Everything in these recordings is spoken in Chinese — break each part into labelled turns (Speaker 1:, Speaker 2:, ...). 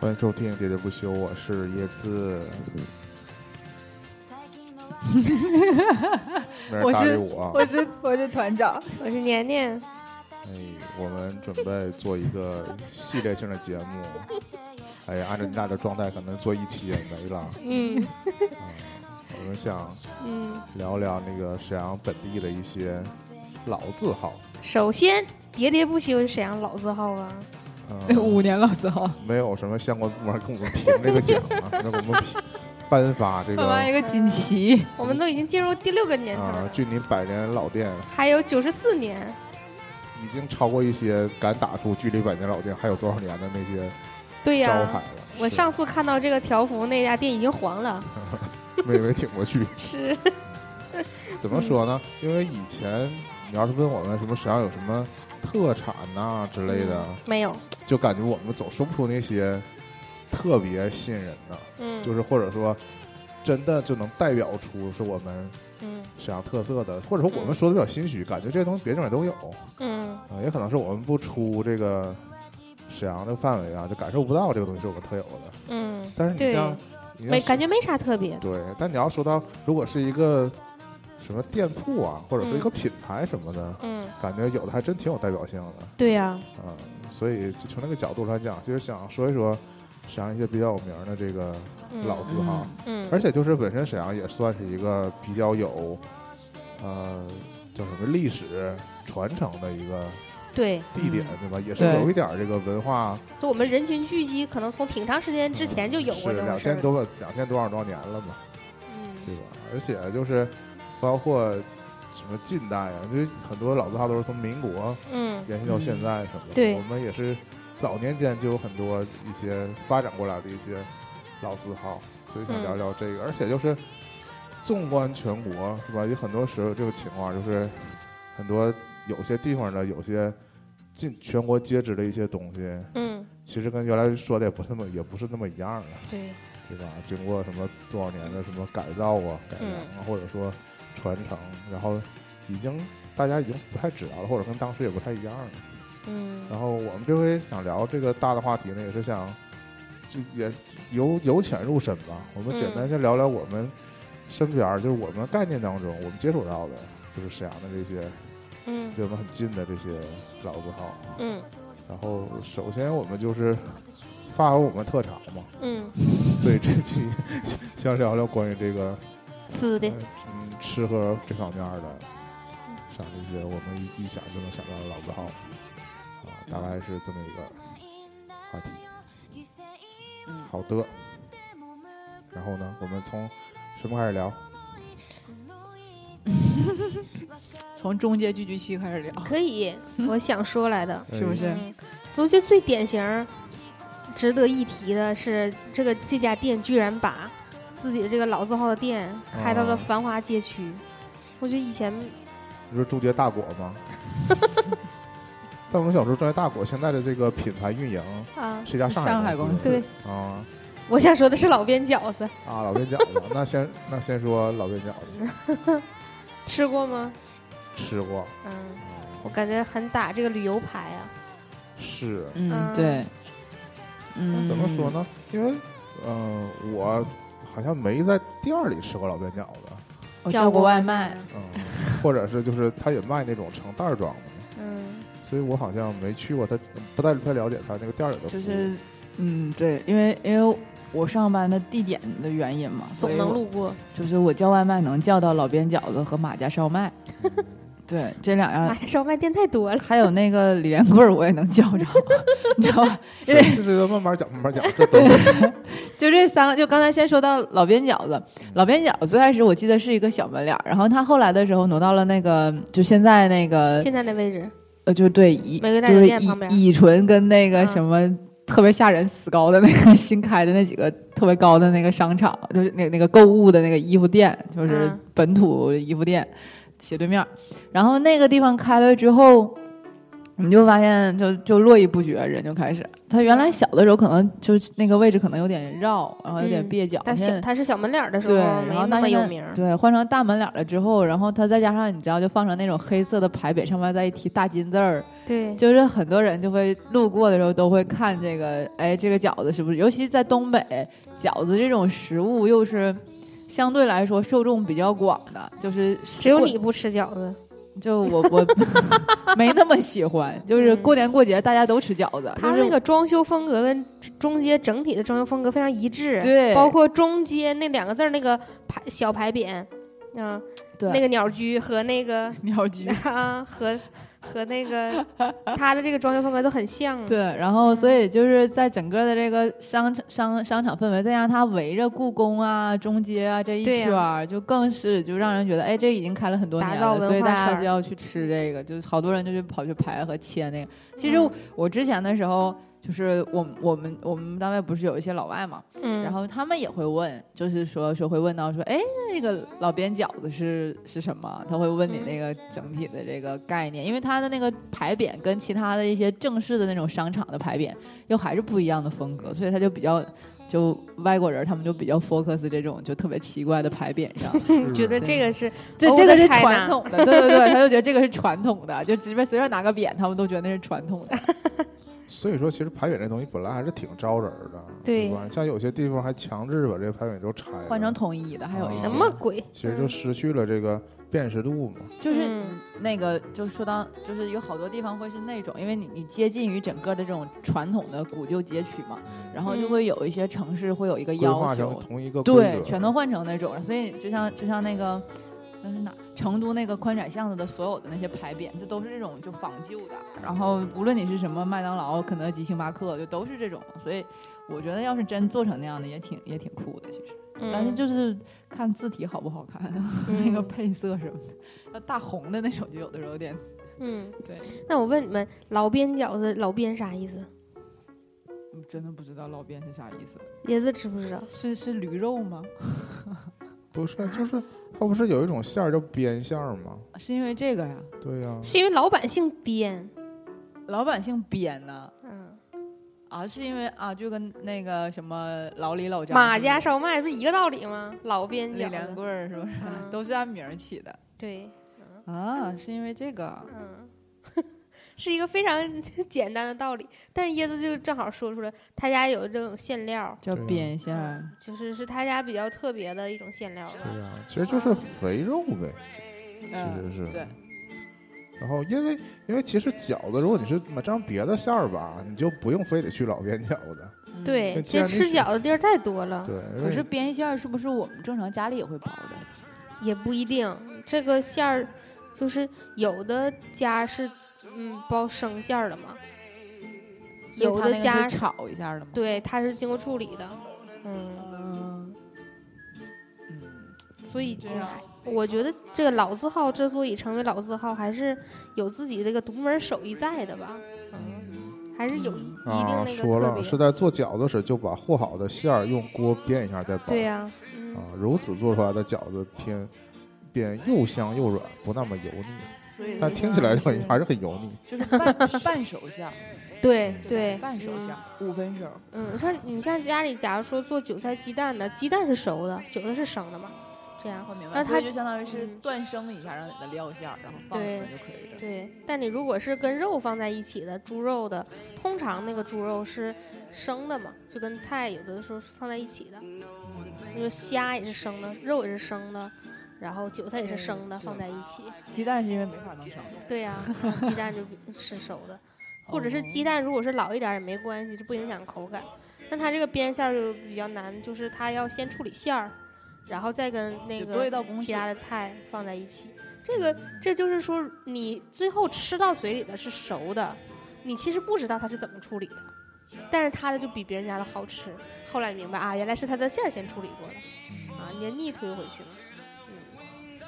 Speaker 1: 欢迎收听《喋喋不休》，我是椰子。没人搭理我。
Speaker 2: 我是我是团长，
Speaker 3: 我是年年，
Speaker 1: 哎，我们准备做一个系列性的节目。哎呀，按照你俩的状态，可能做一期也没了。
Speaker 3: 嗯
Speaker 1: 我们想
Speaker 3: 嗯，
Speaker 1: 聊聊那个沈阳本地的一些老字号。
Speaker 3: 首先喋喋不休是沈阳老字号啊，
Speaker 1: 嗯
Speaker 2: 五年老字号，
Speaker 1: 没有什么相关部门跟我们评这个奖啊，那我们评颁发 这
Speaker 2: 颁
Speaker 1: 个
Speaker 2: 发一
Speaker 1: 啊，
Speaker 2: 个锦旗，
Speaker 3: 我们都已经进入第六个年头了，
Speaker 1: 距离百年老店
Speaker 3: 还有九十四年，
Speaker 1: 已经超过一些敢打出距离百年老店还有多少年的那些
Speaker 3: 对
Speaker 1: 招
Speaker 3: 呀、
Speaker 1: 牌了。
Speaker 3: 我
Speaker 1: 是
Speaker 3: 上次看到这个条幅，那家店已经 黄了，
Speaker 1: 没没挺过去，
Speaker 3: 是
Speaker 1: 怎么说呢？因为以前你要是问我们什么沈阳有什么特产呐、之类的，
Speaker 3: 没有，
Speaker 1: 就感觉我们总说不出那些特别吸引人的，
Speaker 3: 嗯，
Speaker 1: 就是或者说真的就能代表出是我们
Speaker 3: 嗯
Speaker 1: 沈阳特色的，或者说我们说的比较心虚，感觉这些东西别的地方都有
Speaker 3: 嗯
Speaker 1: 啊、也可能是我们不出这个沈阳的范围啊，就感受不到这个东西是我们特有的。
Speaker 3: 嗯，
Speaker 1: 但是你
Speaker 3: 对
Speaker 1: 像，你像
Speaker 3: 没感觉没啥特别，
Speaker 1: 对，但你要说到如果是一个什么店铺啊，或者说一个品牌什么的，
Speaker 3: 嗯，
Speaker 1: 感觉有的还真挺有代表性的
Speaker 3: 对呀、
Speaker 1: 啊、所以就从那个角度来讲，就是想说一说沈阳一些比较有名的这个
Speaker 3: 嗯
Speaker 1: 老字号，
Speaker 3: 嗯
Speaker 1: 而且就是本身沈阳也算是一个比较有呃叫什么历史传承的一个
Speaker 3: 对，
Speaker 1: 地点，
Speaker 3: 嗯
Speaker 1: 对吧？也是
Speaker 2: 对
Speaker 1: 有一点儿这个文化，
Speaker 3: 就我们人群聚集，可能从挺长时间之前就有
Speaker 1: 嗯
Speaker 3: 过
Speaker 1: 是
Speaker 3: 这
Speaker 1: 两
Speaker 3: 种事
Speaker 1: 千
Speaker 3: 儿，
Speaker 1: 多两千多少多少年了嘛。对
Speaker 3: 嗯
Speaker 1: 吧？而且就是包括什么近代啊，因为很多老字号都是从民国
Speaker 3: 嗯
Speaker 1: 延续到现在什么的。
Speaker 3: 对
Speaker 1: 我们也是早年间就有很多一些发展过来的一些老字号，所以想
Speaker 3: 嗯
Speaker 1: 聊聊这个。而且就是纵观全国，是吧？有很多时候这个情况就是很多有些地方的有些。尽全国皆知的一些东西，
Speaker 3: 嗯，
Speaker 1: 其实跟原来说的也不是那么，也不是那么一样了。
Speaker 3: 对，
Speaker 1: 对吧？经过什么多少年的什么改造啊、改良
Speaker 3: 嗯
Speaker 1: 啊，或者说传承，然后已经大家已经不太知道了，或者跟当时也不太一样了。
Speaker 3: 嗯
Speaker 1: 然后我们这回想聊这个大的话题呢，也是想就也由由浅入深吧。我们简单先聊聊我们身边儿，就是我们概念当中我们接触到的，就是沈阳的这些
Speaker 3: 嗯
Speaker 1: 离我们很近的这些老字号。
Speaker 3: 嗯
Speaker 1: 然后首先我们就是发挥我们特长嘛，
Speaker 3: 嗯，
Speaker 1: 所以这期想聊聊关于这个。
Speaker 3: 吃的，
Speaker 1: 嗯，吃喝这方面儿的，像这些我们一一想就能想到的老字号，啊，大概是这么一个话题。好的。然后呢，我们从什么开始聊？
Speaker 2: 从中介聚居区开始聊，
Speaker 3: 可以，我想说来的。
Speaker 2: 是不是
Speaker 3: 嗯，我觉得最典型儿、值得一提的是，这个这家店居然把自己的这个老字号的店开到了
Speaker 2: 哦
Speaker 1: 啊
Speaker 3: 繁华街区。我觉得以前
Speaker 1: 你说中街大果吗？但我们小时候中街大果现在的这个品牌运营
Speaker 3: 啊，
Speaker 1: 是一家上
Speaker 2: 上
Speaker 1: 海
Speaker 2: 海公
Speaker 1: 司。
Speaker 2: 司
Speaker 3: 对
Speaker 1: 啊
Speaker 3: 我想说的是老边饺子，
Speaker 1: 啊，老边饺子。 那先那先说老边饺子，
Speaker 3: 吃过吗？
Speaker 1: 吃过。
Speaker 3: 嗯，我
Speaker 1: 嗯
Speaker 3: 感觉很打这个旅游牌啊。
Speaker 1: 是，
Speaker 2: 嗯
Speaker 3: 嗯
Speaker 2: 对，嗯，
Speaker 1: 怎么说？呢？因为，嗯、我好像没在店儿里吃过老边饺子，
Speaker 2: 我
Speaker 3: 叫
Speaker 2: 哦叫过
Speaker 3: 过
Speaker 2: 外
Speaker 3: 卖
Speaker 2: 卖，
Speaker 1: 嗯、或者是就是他也卖那种成袋儿装的，
Speaker 3: 嗯
Speaker 1: 所以我好像没去过他，不太不太了解他那个店儿里的服
Speaker 2: 就
Speaker 1: 务。
Speaker 2: 是嗯对，因为因为我上班的地点的原因嘛，所
Speaker 3: 总
Speaker 2: 以
Speaker 3: 能
Speaker 2: 我
Speaker 3: 路过。
Speaker 2: 就是我叫外卖能叫到老边饺子和马家烧 麦，对这两
Speaker 3: 马
Speaker 2: 样，
Speaker 3: 家哎烧麦店太多了，
Speaker 2: 还有那个李连贵儿我也能叫着， 你知道吧？因为
Speaker 1: 是是慢慢讲，慢慢 讲，这都是
Speaker 2: 就这三个，就刚才先说到老边饺子，老边饺子最开始我记得是一个小门脸儿，然后他后来的时候挪到了那个就现在那个
Speaker 3: 现在那位置，
Speaker 2: 呃，就对乙
Speaker 3: 玫瑰大
Speaker 2: 就
Speaker 3: 酒
Speaker 2: 是
Speaker 3: 店旁边
Speaker 2: 乙乙醇跟那个
Speaker 3: 嗯
Speaker 2: 什么。特别吓人，死高的那个新开的那几个特别高的那个商场，就是那那个购物的那个衣服店，就是
Speaker 3: 嗯
Speaker 2: 本土衣服店斜对面儿。然后那个地方开了之后，你就发现就就络绎不绝，人就开始。他原来小的时候可能就是那个位置可能有点绕，然后有点
Speaker 3: 嗯
Speaker 2: 蹩脚。
Speaker 3: 他
Speaker 2: 现
Speaker 3: 小
Speaker 2: 在
Speaker 3: 他是小门脸儿的时候
Speaker 2: 对，
Speaker 3: 没
Speaker 2: 然后
Speaker 3: 那
Speaker 2: 他
Speaker 3: 么
Speaker 2: 现
Speaker 3: 有
Speaker 2: 在
Speaker 3: 名儿，
Speaker 2: 对，换成大门脸了之后，然后他再加上你知道，就放成那种黑色的牌匾，上面再一提大金字儿，
Speaker 3: 对，
Speaker 2: 就是很多人就会路过的时候都会看这个，哎，这个饺子是不是？尤其在东北，饺子这种食物又是相对来说受众比较广的，就是
Speaker 3: 只有
Speaker 2: 过
Speaker 3: 你不吃饺子，
Speaker 2: 就我 我没那么喜欢，就是
Speaker 3: 嗯
Speaker 2: 过年过节大家都吃饺子，
Speaker 3: 它
Speaker 2: 就是
Speaker 3: 那个装修风格跟中街整体的装修风格非常一致，
Speaker 2: 对
Speaker 3: 包括中街那两个字儿那个牌小牌匾，嗯、
Speaker 2: 对
Speaker 3: 那个鸟居和那个
Speaker 2: 鸟居。
Speaker 3: 啊和和那个它的这个装修风格都很像，
Speaker 2: 对，然后所以就是在整个的这个商场商商场氛围，再加上它围着故宫啊、中街啊这一
Speaker 3: 对呀
Speaker 2: 圈儿，就更是就让人觉得，哎，这已经开了很多
Speaker 3: 打
Speaker 2: 年
Speaker 3: 造
Speaker 2: 了，
Speaker 3: 文
Speaker 2: 所以
Speaker 3: 化
Speaker 2: 大家
Speaker 3: 圈儿
Speaker 2: 就要去吃这个，就是好多人就去跑去排和切那个。其实
Speaker 3: 嗯
Speaker 2: 我之前的时候，就是我们我们我们单位不是有一些老外嘛，
Speaker 3: 嗯，
Speaker 2: 然后他们也会问，就是说说会问到说，哎，那个老边饺子是是什么？他会问你
Speaker 3: 嗯
Speaker 2: 那个整体的这个概念，因为它的那个牌匾跟其他的一些正式的那种商场的牌匾又还是不一样的风格，所以他就比较。就外国人他们就比较 focus 这种就特别奇怪的牌匾 上，
Speaker 1: 是
Speaker 3: 觉得这个是
Speaker 2: 就
Speaker 3: Old
Speaker 2: 这个是
Speaker 3: China
Speaker 2: 传统的，对对对，他就觉得这个是传统 的，就随便随便拿个匾，他们都觉得那是传统的。
Speaker 1: 所以说，其实牌匾这东西本来还是挺招人的，
Speaker 3: 对
Speaker 1: 吧？像有些地方还强制把这牌匾都拆了，
Speaker 2: 换成统一的还有一些
Speaker 3: 什么鬼？
Speaker 1: 其实就失去了这个辨识度嘛。
Speaker 2: 就是
Speaker 3: 嗯
Speaker 2: 那个，就是说到，就是有好多地方会是那种，因为你你接近于整个的这种传统的古旧街区嘛，然后就
Speaker 3: 嗯
Speaker 2: 会有一些城市会有一个
Speaker 1: 规
Speaker 2: 要
Speaker 1: 划成
Speaker 2: 求，
Speaker 1: 同一个规
Speaker 2: 对，
Speaker 1: 格
Speaker 2: 全都换成那种，所以就像就像那个那是哪儿成都那个宽窄巷子的所有的那些牌匾，就都是这种就仿旧的，然后无论你是什么麦当劳、肯德基、星巴克，就都是这种，所以我觉得要是真做成那样的，也挺也挺酷的，其实。
Speaker 3: 嗯
Speaker 2: 但是 就是看字体好不好看， 那个配色什么的，要大红的那种就有的时候有 点
Speaker 3: 嗯，
Speaker 2: 对，
Speaker 3: 那我问你们，老边饺子老边啥意思？
Speaker 2: 我真的不知道老边是啥意思，
Speaker 3: 椰子知不知道？
Speaker 2: 是是驴肉吗？
Speaker 1: 不是，就是它不是有一种馅儿叫边馅儿吗？
Speaker 2: 是因为这个呀？
Speaker 1: 对呀、
Speaker 3: 是因为老板姓边，
Speaker 2: 老板姓边呢？
Speaker 3: 嗯，
Speaker 2: 啊，是因为啊，就跟那个什么老李老张、
Speaker 3: 马家烧麦不是一个道理吗？老边
Speaker 2: 李
Speaker 3: 饺
Speaker 2: 连
Speaker 3: 子，
Speaker 2: 贵儿是不是、
Speaker 3: 嗯
Speaker 2: 都是按名儿起的
Speaker 3: 对，
Speaker 2: 啊？是因为这个？
Speaker 3: 嗯， 是一个非常简单的道理，但椰子就正好说出了他家有这种馅料，
Speaker 2: 叫
Speaker 1: 对啊
Speaker 2: 边馅儿，
Speaker 3: 就是是他家比较特别的一种馅料。
Speaker 1: 对呀、其实就是肥肉呗，其
Speaker 2: 嗯，
Speaker 1: 实是。
Speaker 2: 对。
Speaker 1: 然后，因为因为其实饺子，如果你是买张别的馅儿吧，你就不用非得去老边饺子。
Speaker 2: 嗯
Speaker 3: 对，
Speaker 1: 那
Speaker 3: 其
Speaker 1: 既
Speaker 3: 实
Speaker 1: 然
Speaker 3: 吃
Speaker 1: 你
Speaker 3: 饺子地儿太多了，
Speaker 1: 对，因为
Speaker 2: 可是边馅儿是不是我们正常家里也会包的？
Speaker 3: 也不一定这个馅儿，就是有的家是嗯包生馅儿的嘛，有
Speaker 2: 所
Speaker 3: 的
Speaker 2: 以它那
Speaker 3: 家
Speaker 2: 个是炒一下的吗？
Speaker 3: 对，它是经过处理的，嗯，
Speaker 2: 嗯，
Speaker 3: 所以嗯
Speaker 2: 这样。
Speaker 3: 我觉得这个老字号之所以成为老字号，还是有自己这个独门手艺在的吧，嗯，还是有一定
Speaker 1: 啊，
Speaker 3: 那个
Speaker 1: 说
Speaker 3: 特
Speaker 1: 了
Speaker 3: 别
Speaker 1: 是，在做饺子时就把和好的馅儿用锅煸一下再包。
Speaker 3: 对呀、
Speaker 1: 啊
Speaker 3: 嗯，，
Speaker 1: 如此做出来的饺子偏偏又香又软，不那么油腻，
Speaker 2: 所
Speaker 3: 嗯
Speaker 2: 以
Speaker 1: 但听起来就很还是很油腻。
Speaker 2: 就是半半熟 馅儿，
Speaker 3: 对
Speaker 1: 嗯
Speaker 3: 对，
Speaker 2: 半熟馅儿，五分熟。
Speaker 3: 嗯，像你像家里，假如说做韭菜鸡蛋的，鸡蛋是熟的，韭菜是生的嘛，这样。
Speaker 2: 我明
Speaker 3: 那
Speaker 2: 白，
Speaker 3: 它
Speaker 2: 所以就相当于是
Speaker 3: 嗯
Speaker 2: 断生一下，让你的料馅儿，然后放里面就可以了。
Speaker 3: 对，但你如果是跟肉放在一起的，猪肉的，通常那个猪肉是生的嘛，就跟菜有的时候是放在一起的，那就虾也是生的，肉也是生的，然后韭菜也是生的，
Speaker 2: 嗯
Speaker 3: 放在一起。
Speaker 2: 鸡蛋是因为没法弄生，
Speaker 3: 对呀、鸡蛋就是熟的，或者是鸡蛋如果是老一点儿也没关系，这不影响口感。但它这个边馅儿就比较难，就是它要先处理馅儿，然后再跟那
Speaker 2: 就
Speaker 3: 个
Speaker 2: 多一道工
Speaker 3: 其
Speaker 2: 序。
Speaker 3: 他的菜放在一起。这个这就是说，你最后吃到嘴里的是熟的，你其实不知道它是怎么处理的，但是它的就比别人家的好吃。后来明白啊，原来是它的馅儿先处理过的啊，你就逆推回去了。嗯，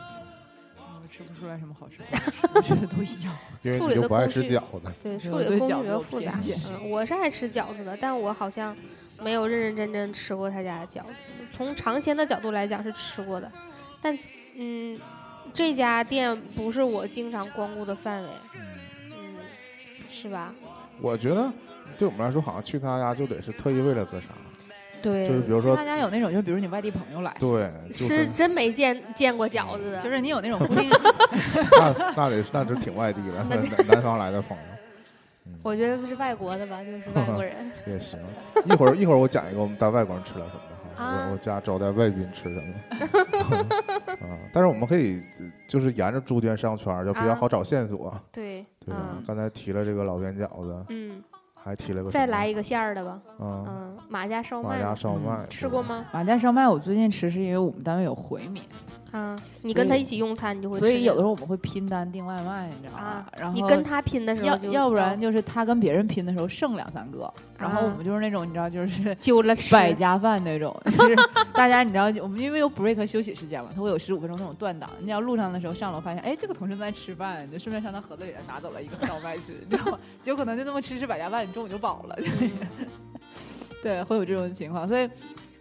Speaker 2: 我嗯吃不出来什么好吃的，我觉得都一样。
Speaker 1: 因为
Speaker 3: 处
Speaker 1: 你
Speaker 3: 理
Speaker 1: 就
Speaker 3: 的
Speaker 1: 不爱
Speaker 3: 工
Speaker 1: 吃
Speaker 3: 序
Speaker 1: 饺子，
Speaker 3: 对， 处
Speaker 2: 我
Speaker 3: 理的
Speaker 2: 对
Speaker 3: 工
Speaker 2: 饺
Speaker 3: 序
Speaker 2: 子
Speaker 3: 比较
Speaker 2: 有
Speaker 3: 复
Speaker 2: 偏
Speaker 3: 杂
Speaker 2: 见。
Speaker 3: 嗯，我是爱吃饺子的，但我好像没有认认真真吃过他家的饺子。从尝鲜的角度来讲是吃过的，但嗯，这家店不是我经常光顾的范围。
Speaker 1: 嗯
Speaker 3: 嗯，是吧？
Speaker 1: 我觉得对我们来说，好像去他家就得是特意为了个啥，
Speaker 3: 对
Speaker 1: 就是比如说
Speaker 2: 他家有那种，就比如你外地朋友来，
Speaker 1: 对，就是
Speaker 3: 真没见见过饺子的，
Speaker 2: 就是你有那种固定，
Speaker 1: 那那得那就挺外地 了，南南方来的朋友。嗯
Speaker 3: 我觉得是外国的吧，就是外国人。
Speaker 1: 也行，一会儿一会儿我讲一个我们带外国人吃了什么哈，
Speaker 3: 啊
Speaker 1: 我我家招待外宾吃什么 啊？但是我们可以呃就是沿着猪圈商圈儿，就比较
Speaker 3: 啊
Speaker 1: 好找线索。
Speaker 3: 对，
Speaker 1: 对啊吧、
Speaker 3: 嗯
Speaker 1: 刚才提了这个老袁饺子，
Speaker 3: 嗯，
Speaker 1: 还提了个
Speaker 3: 再
Speaker 1: 什么
Speaker 3: 来一个馅儿的吧，
Speaker 1: 啊，
Speaker 3: 嗯，马家烧
Speaker 1: 马
Speaker 3: 麦
Speaker 1: 家
Speaker 3: 嘛
Speaker 1: 烧
Speaker 2: 嗯
Speaker 1: 麦、
Speaker 3: 吃过？吗？
Speaker 2: 马家烧麦我最近吃是因为我们单位有回民，
Speaker 3: 啊，你
Speaker 2: 所
Speaker 3: 跟他
Speaker 2: 以
Speaker 3: 一起用餐，你就会吃
Speaker 2: 所
Speaker 3: 这个。
Speaker 2: 以有的时候我们会拼单订外卖，你知道吗
Speaker 3: 啊？
Speaker 2: 然后
Speaker 3: 你跟他拼的时候
Speaker 2: 要
Speaker 3: 就，
Speaker 2: 要不然就是他跟别人拼的时候剩两三个，然后我
Speaker 3: 啊
Speaker 2: 们就是那种你知道就是
Speaker 3: 揪了 吃。
Speaker 2: 百家饭那种，就是大家你知道，我们因为有 break 休息时间嘛，他会有十五分钟那种断档。你要路上的时候上楼发现，哎，这个同事在吃饭，你就顺便上他盒子里拿走了一个 烧麦吃，你知道吗？有可能就这么吃吃百家饭，你中午就饱了。就是对，会有这种情况，所以。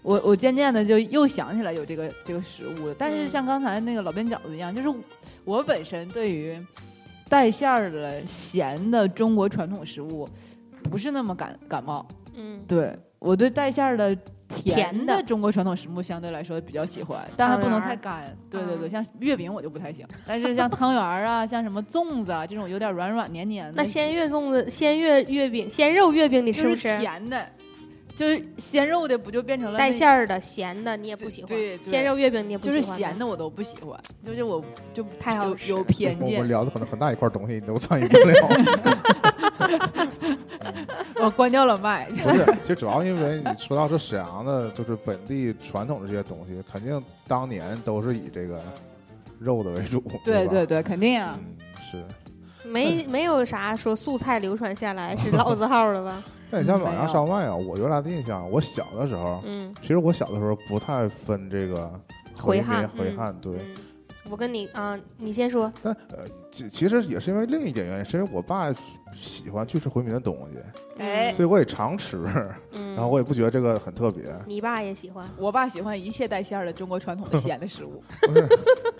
Speaker 2: 我我渐渐的就又想起来有这个这个食物了，但是
Speaker 3: 嗯
Speaker 2: 像刚才那个老边饺子一样，就是我本身对于带馅儿的咸的中国传统食物不是那么感感冒，
Speaker 3: 嗯，
Speaker 2: 对，我对带馅儿的
Speaker 3: 甜
Speaker 2: 甜
Speaker 3: 的
Speaker 2: 的中国传统食物相对来说比较喜欢，但
Speaker 3: 汤
Speaker 2: 它不能
Speaker 3: 圆儿
Speaker 2: 太干。对对对，
Speaker 3: 嗯
Speaker 2: 像月饼我就不太行，但是像汤圆儿啊，像什么粽子啊这种有点软软黏黏的，
Speaker 3: 那鲜月粽子、鲜月月饼、鲜肉月饼，你
Speaker 2: 就
Speaker 3: 吃不吃？
Speaker 2: 是甜的，就是鲜肉的不就变成了
Speaker 3: 带
Speaker 2: 那
Speaker 3: 馅儿的、咸的你也不喜欢，
Speaker 2: 对对
Speaker 3: 鲜肉月饼你也不
Speaker 2: 就
Speaker 3: 喜
Speaker 2: 是
Speaker 3: 欢，
Speaker 2: 咸的我都不喜欢，就是我就
Speaker 3: 太好
Speaker 2: 有
Speaker 3: 吃了
Speaker 2: 有偏
Speaker 1: 我们
Speaker 2: 见，
Speaker 1: 聊的可能很大一块东西，你都 参与不了。
Speaker 2: 我关掉了麦。
Speaker 1: 不是，其实主要因为你说到是沈阳的，就是本地传统的这些东西，肯定当年都是以这个肉的为主。
Speaker 2: 对
Speaker 1: 对
Speaker 2: 对
Speaker 1: 吧，
Speaker 2: 对，肯定啊，
Speaker 1: 嗯，是。
Speaker 3: 没没有啥说素菜流传下来是老字号 的吧？
Speaker 1: 但你像
Speaker 2: 嗯
Speaker 1: 马
Speaker 2: 没
Speaker 1: 家
Speaker 2: 有
Speaker 1: 烧麦啊，我原来的印象，我小的时候，
Speaker 3: 嗯
Speaker 1: 其实我小的时候不太分这个
Speaker 3: 回
Speaker 1: 回
Speaker 3: 汉
Speaker 1: 民回
Speaker 3: 嗯
Speaker 1: 汉，对。
Speaker 3: 嗯，我跟你啊，你先说
Speaker 1: 但呃，其其实也是因为另一点原因，是因为我爸喜欢去吃回民的东西，
Speaker 2: 哎
Speaker 1: 所以我也常吃，
Speaker 3: 嗯，
Speaker 1: 然后我也不觉得这个很特别，
Speaker 3: 你爸 也喜欢，
Speaker 2: 我爸喜欢一切带馅儿的中国传统的咸的食物。
Speaker 1: 不是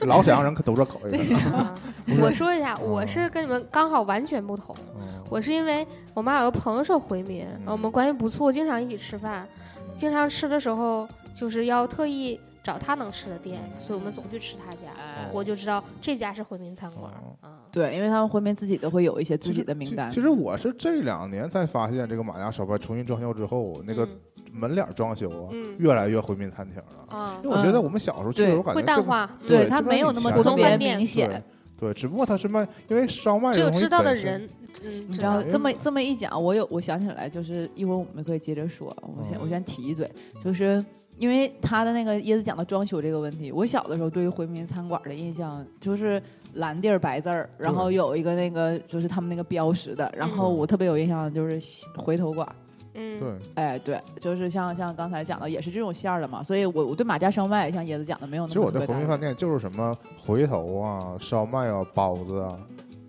Speaker 1: 老沈阳人可都这口味儿。
Speaker 3: 啊
Speaker 1: 不是
Speaker 3: 我说一下，
Speaker 1: 嗯
Speaker 3: 我是跟你们刚好完全不同。
Speaker 1: 嗯
Speaker 3: 我是因为我妈有个朋友是回民，呃我们关系不错，经常一起吃饭，经常吃的时候就是要特意找她能吃的店，所以我们总去吃她家，
Speaker 2: 哎
Speaker 3: 我就知道这家是回民餐馆
Speaker 1: 哦
Speaker 3: 啊。
Speaker 2: 对，因为他们回民自己都会有一些
Speaker 1: 其
Speaker 2: 自
Speaker 1: 实
Speaker 2: 己的名单
Speaker 1: 其。其实我是这两年才发现，这个马家烧麦重新装修之后，那个门脸装修啊，
Speaker 3: 嗯
Speaker 1: 越来越回民餐厅
Speaker 3: 嗯
Speaker 1: 了。
Speaker 3: 啊
Speaker 1: 因为我觉得我们小时候去的时候，感觉
Speaker 3: 会
Speaker 1: 这
Speaker 3: 淡
Speaker 1: 个
Speaker 3: 化，嗯
Speaker 1: 对
Speaker 2: 它
Speaker 1: 就跟
Speaker 2: 没
Speaker 1: 以
Speaker 2: 有那么
Speaker 1: 前
Speaker 2: 特
Speaker 3: 普通
Speaker 2: 别
Speaker 3: 饭店
Speaker 2: 明显。
Speaker 1: 对对，只不过它是卖，因为烧麦
Speaker 3: 只有
Speaker 1: 这个东西
Speaker 3: 知道的
Speaker 1: 本身，
Speaker 3: 人，嗯，
Speaker 2: 你
Speaker 3: 知
Speaker 2: 知
Speaker 3: 道
Speaker 2: 道
Speaker 1: 因为
Speaker 2: 这么这么一讲，我有我想起来，就是一会儿我们可以接着说。我先、
Speaker 1: 嗯
Speaker 2: 我先提一嘴，就是因为他的那个椰子讲到装修这个问题，我小的时候对于回民餐馆的印象就是蓝地儿白字儿，然后有一个那个就是他们那个标识的，然后
Speaker 1: 嗯
Speaker 2: 我特别有印象的就是西回头馆。
Speaker 3: 嗯，
Speaker 1: 对，
Speaker 2: 哎，对，就是像像刚才讲的，也是这种馅儿的嘛，所以我我对马家烧麦像椰子讲的没有
Speaker 1: 其
Speaker 2: 那
Speaker 1: 实
Speaker 2: 么
Speaker 1: 我
Speaker 2: 特
Speaker 1: 对回
Speaker 2: 别大
Speaker 1: 民
Speaker 2: 的
Speaker 1: 饭店就是什么回头啊、烧麦啊、包子啊，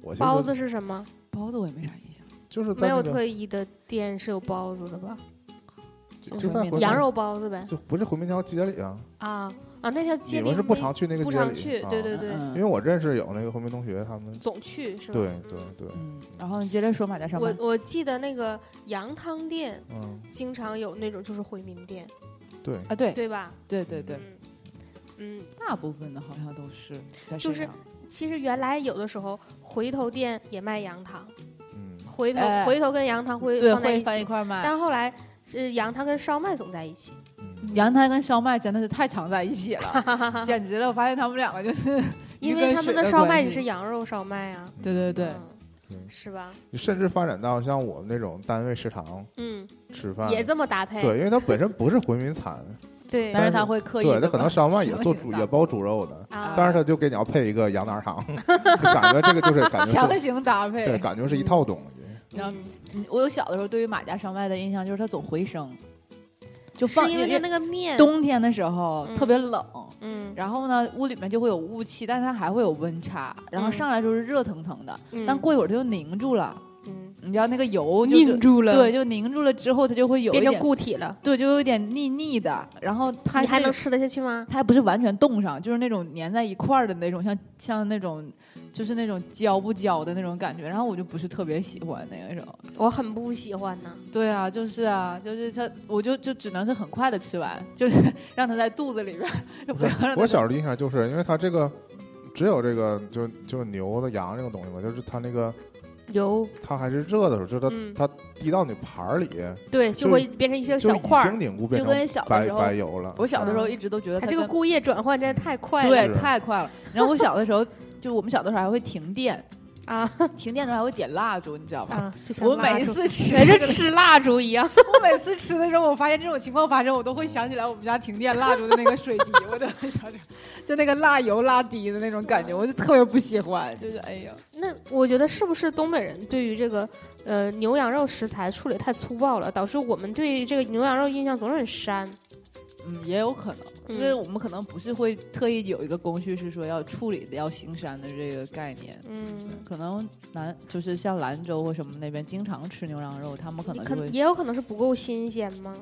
Speaker 1: 我其实
Speaker 3: 包子是什么？
Speaker 2: 包子我也没啥印象，
Speaker 1: 就是
Speaker 3: 没
Speaker 1: 在
Speaker 3: 有
Speaker 1: 那个
Speaker 3: 特意的店是有包子的吧？
Speaker 1: 就就在回
Speaker 2: 不
Speaker 1: 民
Speaker 3: 羊肉包子呗。
Speaker 1: 就不是回民条街里啊，
Speaker 3: 啊啊，那条街
Speaker 1: 你
Speaker 3: 里
Speaker 1: 们是不
Speaker 3: 没
Speaker 1: 常去那个
Speaker 3: 不
Speaker 1: 街
Speaker 3: 常
Speaker 1: 里，
Speaker 3: 去，
Speaker 1: 啊
Speaker 3: 对对对，
Speaker 2: 嗯
Speaker 1: 因为我认识有那个回民同学他们，
Speaker 3: 总去是吧？
Speaker 1: 对
Speaker 3: 嗯
Speaker 1: 对对，
Speaker 2: 嗯，然后你接着说马家烧麦
Speaker 3: 我，我记得那个羊汤店
Speaker 1: 嗯，
Speaker 3: 经常有那种就是回民店，
Speaker 1: 对，
Speaker 2: 啊，对
Speaker 3: 对吧？
Speaker 2: 对对对，
Speaker 3: 嗯嗯，
Speaker 2: 大部分的好像都是在
Speaker 3: 就
Speaker 2: 沈
Speaker 3: 是
Speaker 2: 阳
Speaker 3: 其实原来有的时候回头店也卖羊汤，
Speaker 1: 嗯，
Speaker 3: 回头、
Speaker 2: 哎
Speaker 3: 回头跟羊汤会
Speaker 2: 对
Speaker 3: 放在
Speaker 2: 会
Speaker 3: 一
Speaker 2: 放一
Speaker 3: 起，
Speaker 2: 块卖。
Speaker 3: 但后来是羊汤跟烧麦总在一起，
Speaker 1: 嗯
Speaker 2: 羊摊跟烧麦真的是太常在一起 了，简直了！我发现他们两个就是，
Speaker 3: 因
Speaker 2: 一
Speaker 3: 为
Speaker 2: 根
Speaker 3: 他
Speaker 2: 水
Speaker 3: 们
Speaker 2: 的
Speaker 3: 烧
Speaker 2: 关
Speaker 3: 麦只
Speaker 2: 系
Speaker 3: 是羊肉烧麦啊，
Speaker 2: 对对对，
Speaker 3: 嗯
Speaker 1: 对
Speaker 3: 是吧？
Speaker 1: 甚至发展到像我们那种单位食堂
Speaker 3: 嗯，
Speaker 1: 吃饭，
Speaker 3: 也这哎么搭配，
Speaker 1: 对，因为它本身不是回民餐，
Speaker 3: 对
Speaker 1: 但
Speaker 2: 但是
Speaker 1: 是
Speaker 2: 他会刻意
Speaker 1: 对，
Speaker 2: 地
Speaker 1: 它可能烧麦也
Speaker 2: 强
Speaker 1: 做
Speaker 2: 行
Speaker 1: 猪
Speaker 2: 搭
Speaker 1: 也包猪肉的，
Speaker 3: 啊，
Speaker 1: 但是它就给你要配一个羊杂 汤，就感觉这个就是感觉
Speaker 2: 强
Speaker 1: 是，
Speaker 2: 行搭
Speaker 1: 对，
Speaker 2: 配。
Speaker 1: 感觉是一套东西，
Speaker 2: 然后
Speaker 3: 嗯
Speaker 2: 嗯我有小的时候对于马家烧麦的印象就是它总回声，就是放
Speaker 3: 因为它那个面，
Speaker 2: 冬天的时候
Speaker 3: 嗯
Speaker 2: 特别冷，
Speaker 3: 嗯，
Speaker 2: 然后呢屋里面就会有雾气，但是它还会有温差，然后
Speaker 3: 嗯
Speaker 2: 上来就是热腾腾的，
Speaker 3: 嗯
Speaker 2: 但过一会儿它就凝住了，
Speaker 3: 嗯，
Speaker 2: 你知道那个油就
Speaker 4: 拧住了，
Speaker 2: 对，，就凝住了之后，它就会有一
Speaker 3: 变成
Speaker 2: 点，
Speaker 3: 固体了，
Speaker 2: 对，就有点腻腻的。然后它
Speaker 3: 你还
Speaker 2: 是
Speaker 3: 能吃得下去吗？
Speaker 2: 它还不是完全冻上，就是那种粘在一块儿的那种，像像那种就是那种胶不胶的那种感觉。然后我就不是特别喜欢那个时候。
Speaker 3: 我很不喜欢呢。
Speaker 2: 对啊，就是啊，就是它，我就就只能是很快的吃完，就是 让它在肚子里边儿，就 不要让它
Speaker 1: 我小时候的印象就是因为它这个只有这个就就牛的羊这种东西嘛，就是它那个
Speaker 3: 油，
Speaker 1: 它还是热的时候，就是它、
Speaker 3: 嗯
Speaker 1: 它滴到你盘儿里，
Speaker 3: 对，
Speaker 1: 就
Speaker 3: 就会变成一些
Speaker 1: 就
Speaker 3: 小块
Speaker 1: 已
Speaker 3: 儿
Speaker 1: 经。凝固变
Speaker 2: 就
Speaker 1: 成
Speaker 2: 跟小的
Speaker 1: 白
Speaker 2: 时候，
Speaker 1: 白油了。
Speaker 2: 我小的时候
Speaker 1: 嗯
Speaker 2: 一直都觉得
Speaker 3: 它
Speaker 2: 它
Speaker 3: 这个
Speaker 2: 跟
Speaker 3: 固液转换真的太快了
Speaker 2: 对
Speaker 1: 是
Speaker 2: 太快了。然后我小的时候，就我们小的时候还会停电，
Speaker 3: 啊
Speaker 2: 停电的时候还会点蜡烛，你知道吗？
Speaker 3: 啊！就 像
Speaker 2: 我
Speaker 3: 蜡
Speaker 2: 每
Speaker 3: 烛
Speaker 2: 次吃
Speaker 3: 还是吃蜡烛一样，
Speaker 2: 我每次吃的时候，我发现这种情况发生，我都会想起来我们家停电蜡烛的那个水滴，我都很想起，就那个蜡油蜡滴的那种感觉，我就特别不喜欢，就是哎呀，
Speaker 3: 那我觉得是不是东北人对于这个呃牛羊肉食材处理太粗暴了，导致我们对这个牛羊肉印象总是很膻？
Speaker 2: 嗯，也有可能，
Speaker 3: 嗯
Speaker 2: 就是我们可能不是会特意有一个工序是说要处理的要行山的这个概念。
Speaker 3: 嗯，
Speaker 2: 可能兰就是像兰州或什么那边经常吃牛羊肉，他们可
Speaker 3: 你
Speaker 2: 能
Speaker 3: 可
Speaker 2: 就会
Speaker 3: 也有可能是不够新鲜吗？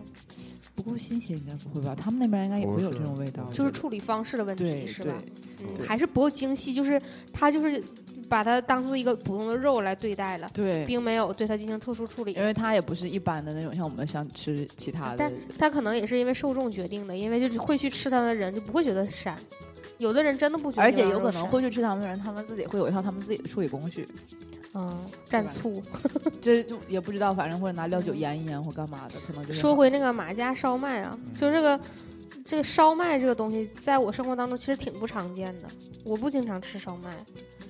Speaker 2: 不过新鲜应该不会吧？他们那边应该也
Speaker 1: 不
Speaker 2: 会有
Speaker 1: 是
Speaker 2: 这种味道，
Speaker 3: 就是处理方式的问
Speaker 2: 对
Speaker 3: 题是
Speaker 2: 对
Speaker 3: 吧？嗯，
Speaker 2: 对
Speaker 3: 还是不够精细，就是它就是把它当做一个普通的肉来对待了，
Speaker 2: 对，
Speaker 3: 并没有对它进行特殊处理
Speaker 2: 因。为它也不是一般的那种，像我们像吃其他的
Speaker 3: 但它可能也是因为受众决定的，因为就是会去吃它的人就不会觉得膻，有的人真的不觉得
Speaker 2: 而且
Speaker 3: 牛
Speaker 2: 有
Speaker 3: 羊肉
Speaker 2: 可
Speaker 3: 膻，
Speaker 2: 能会去吃他啊们的人，他们自己会有一套他们自己的处理工序，
Speaker 3: 嗯蘸
Speaker 2: 吧
Speaker 3: 醋。
Speaker 2: 这就也不知道，反正或者拿料酒腌一腌或干嘛的，可能就是
Speaker 3: 说回那个马家烧麦啊，
Speaker 2: 嗯
Speaker 3: 就这个这个烧麦这个东西，在我生活当中其实挺不常见的，我不经常吃烧麦。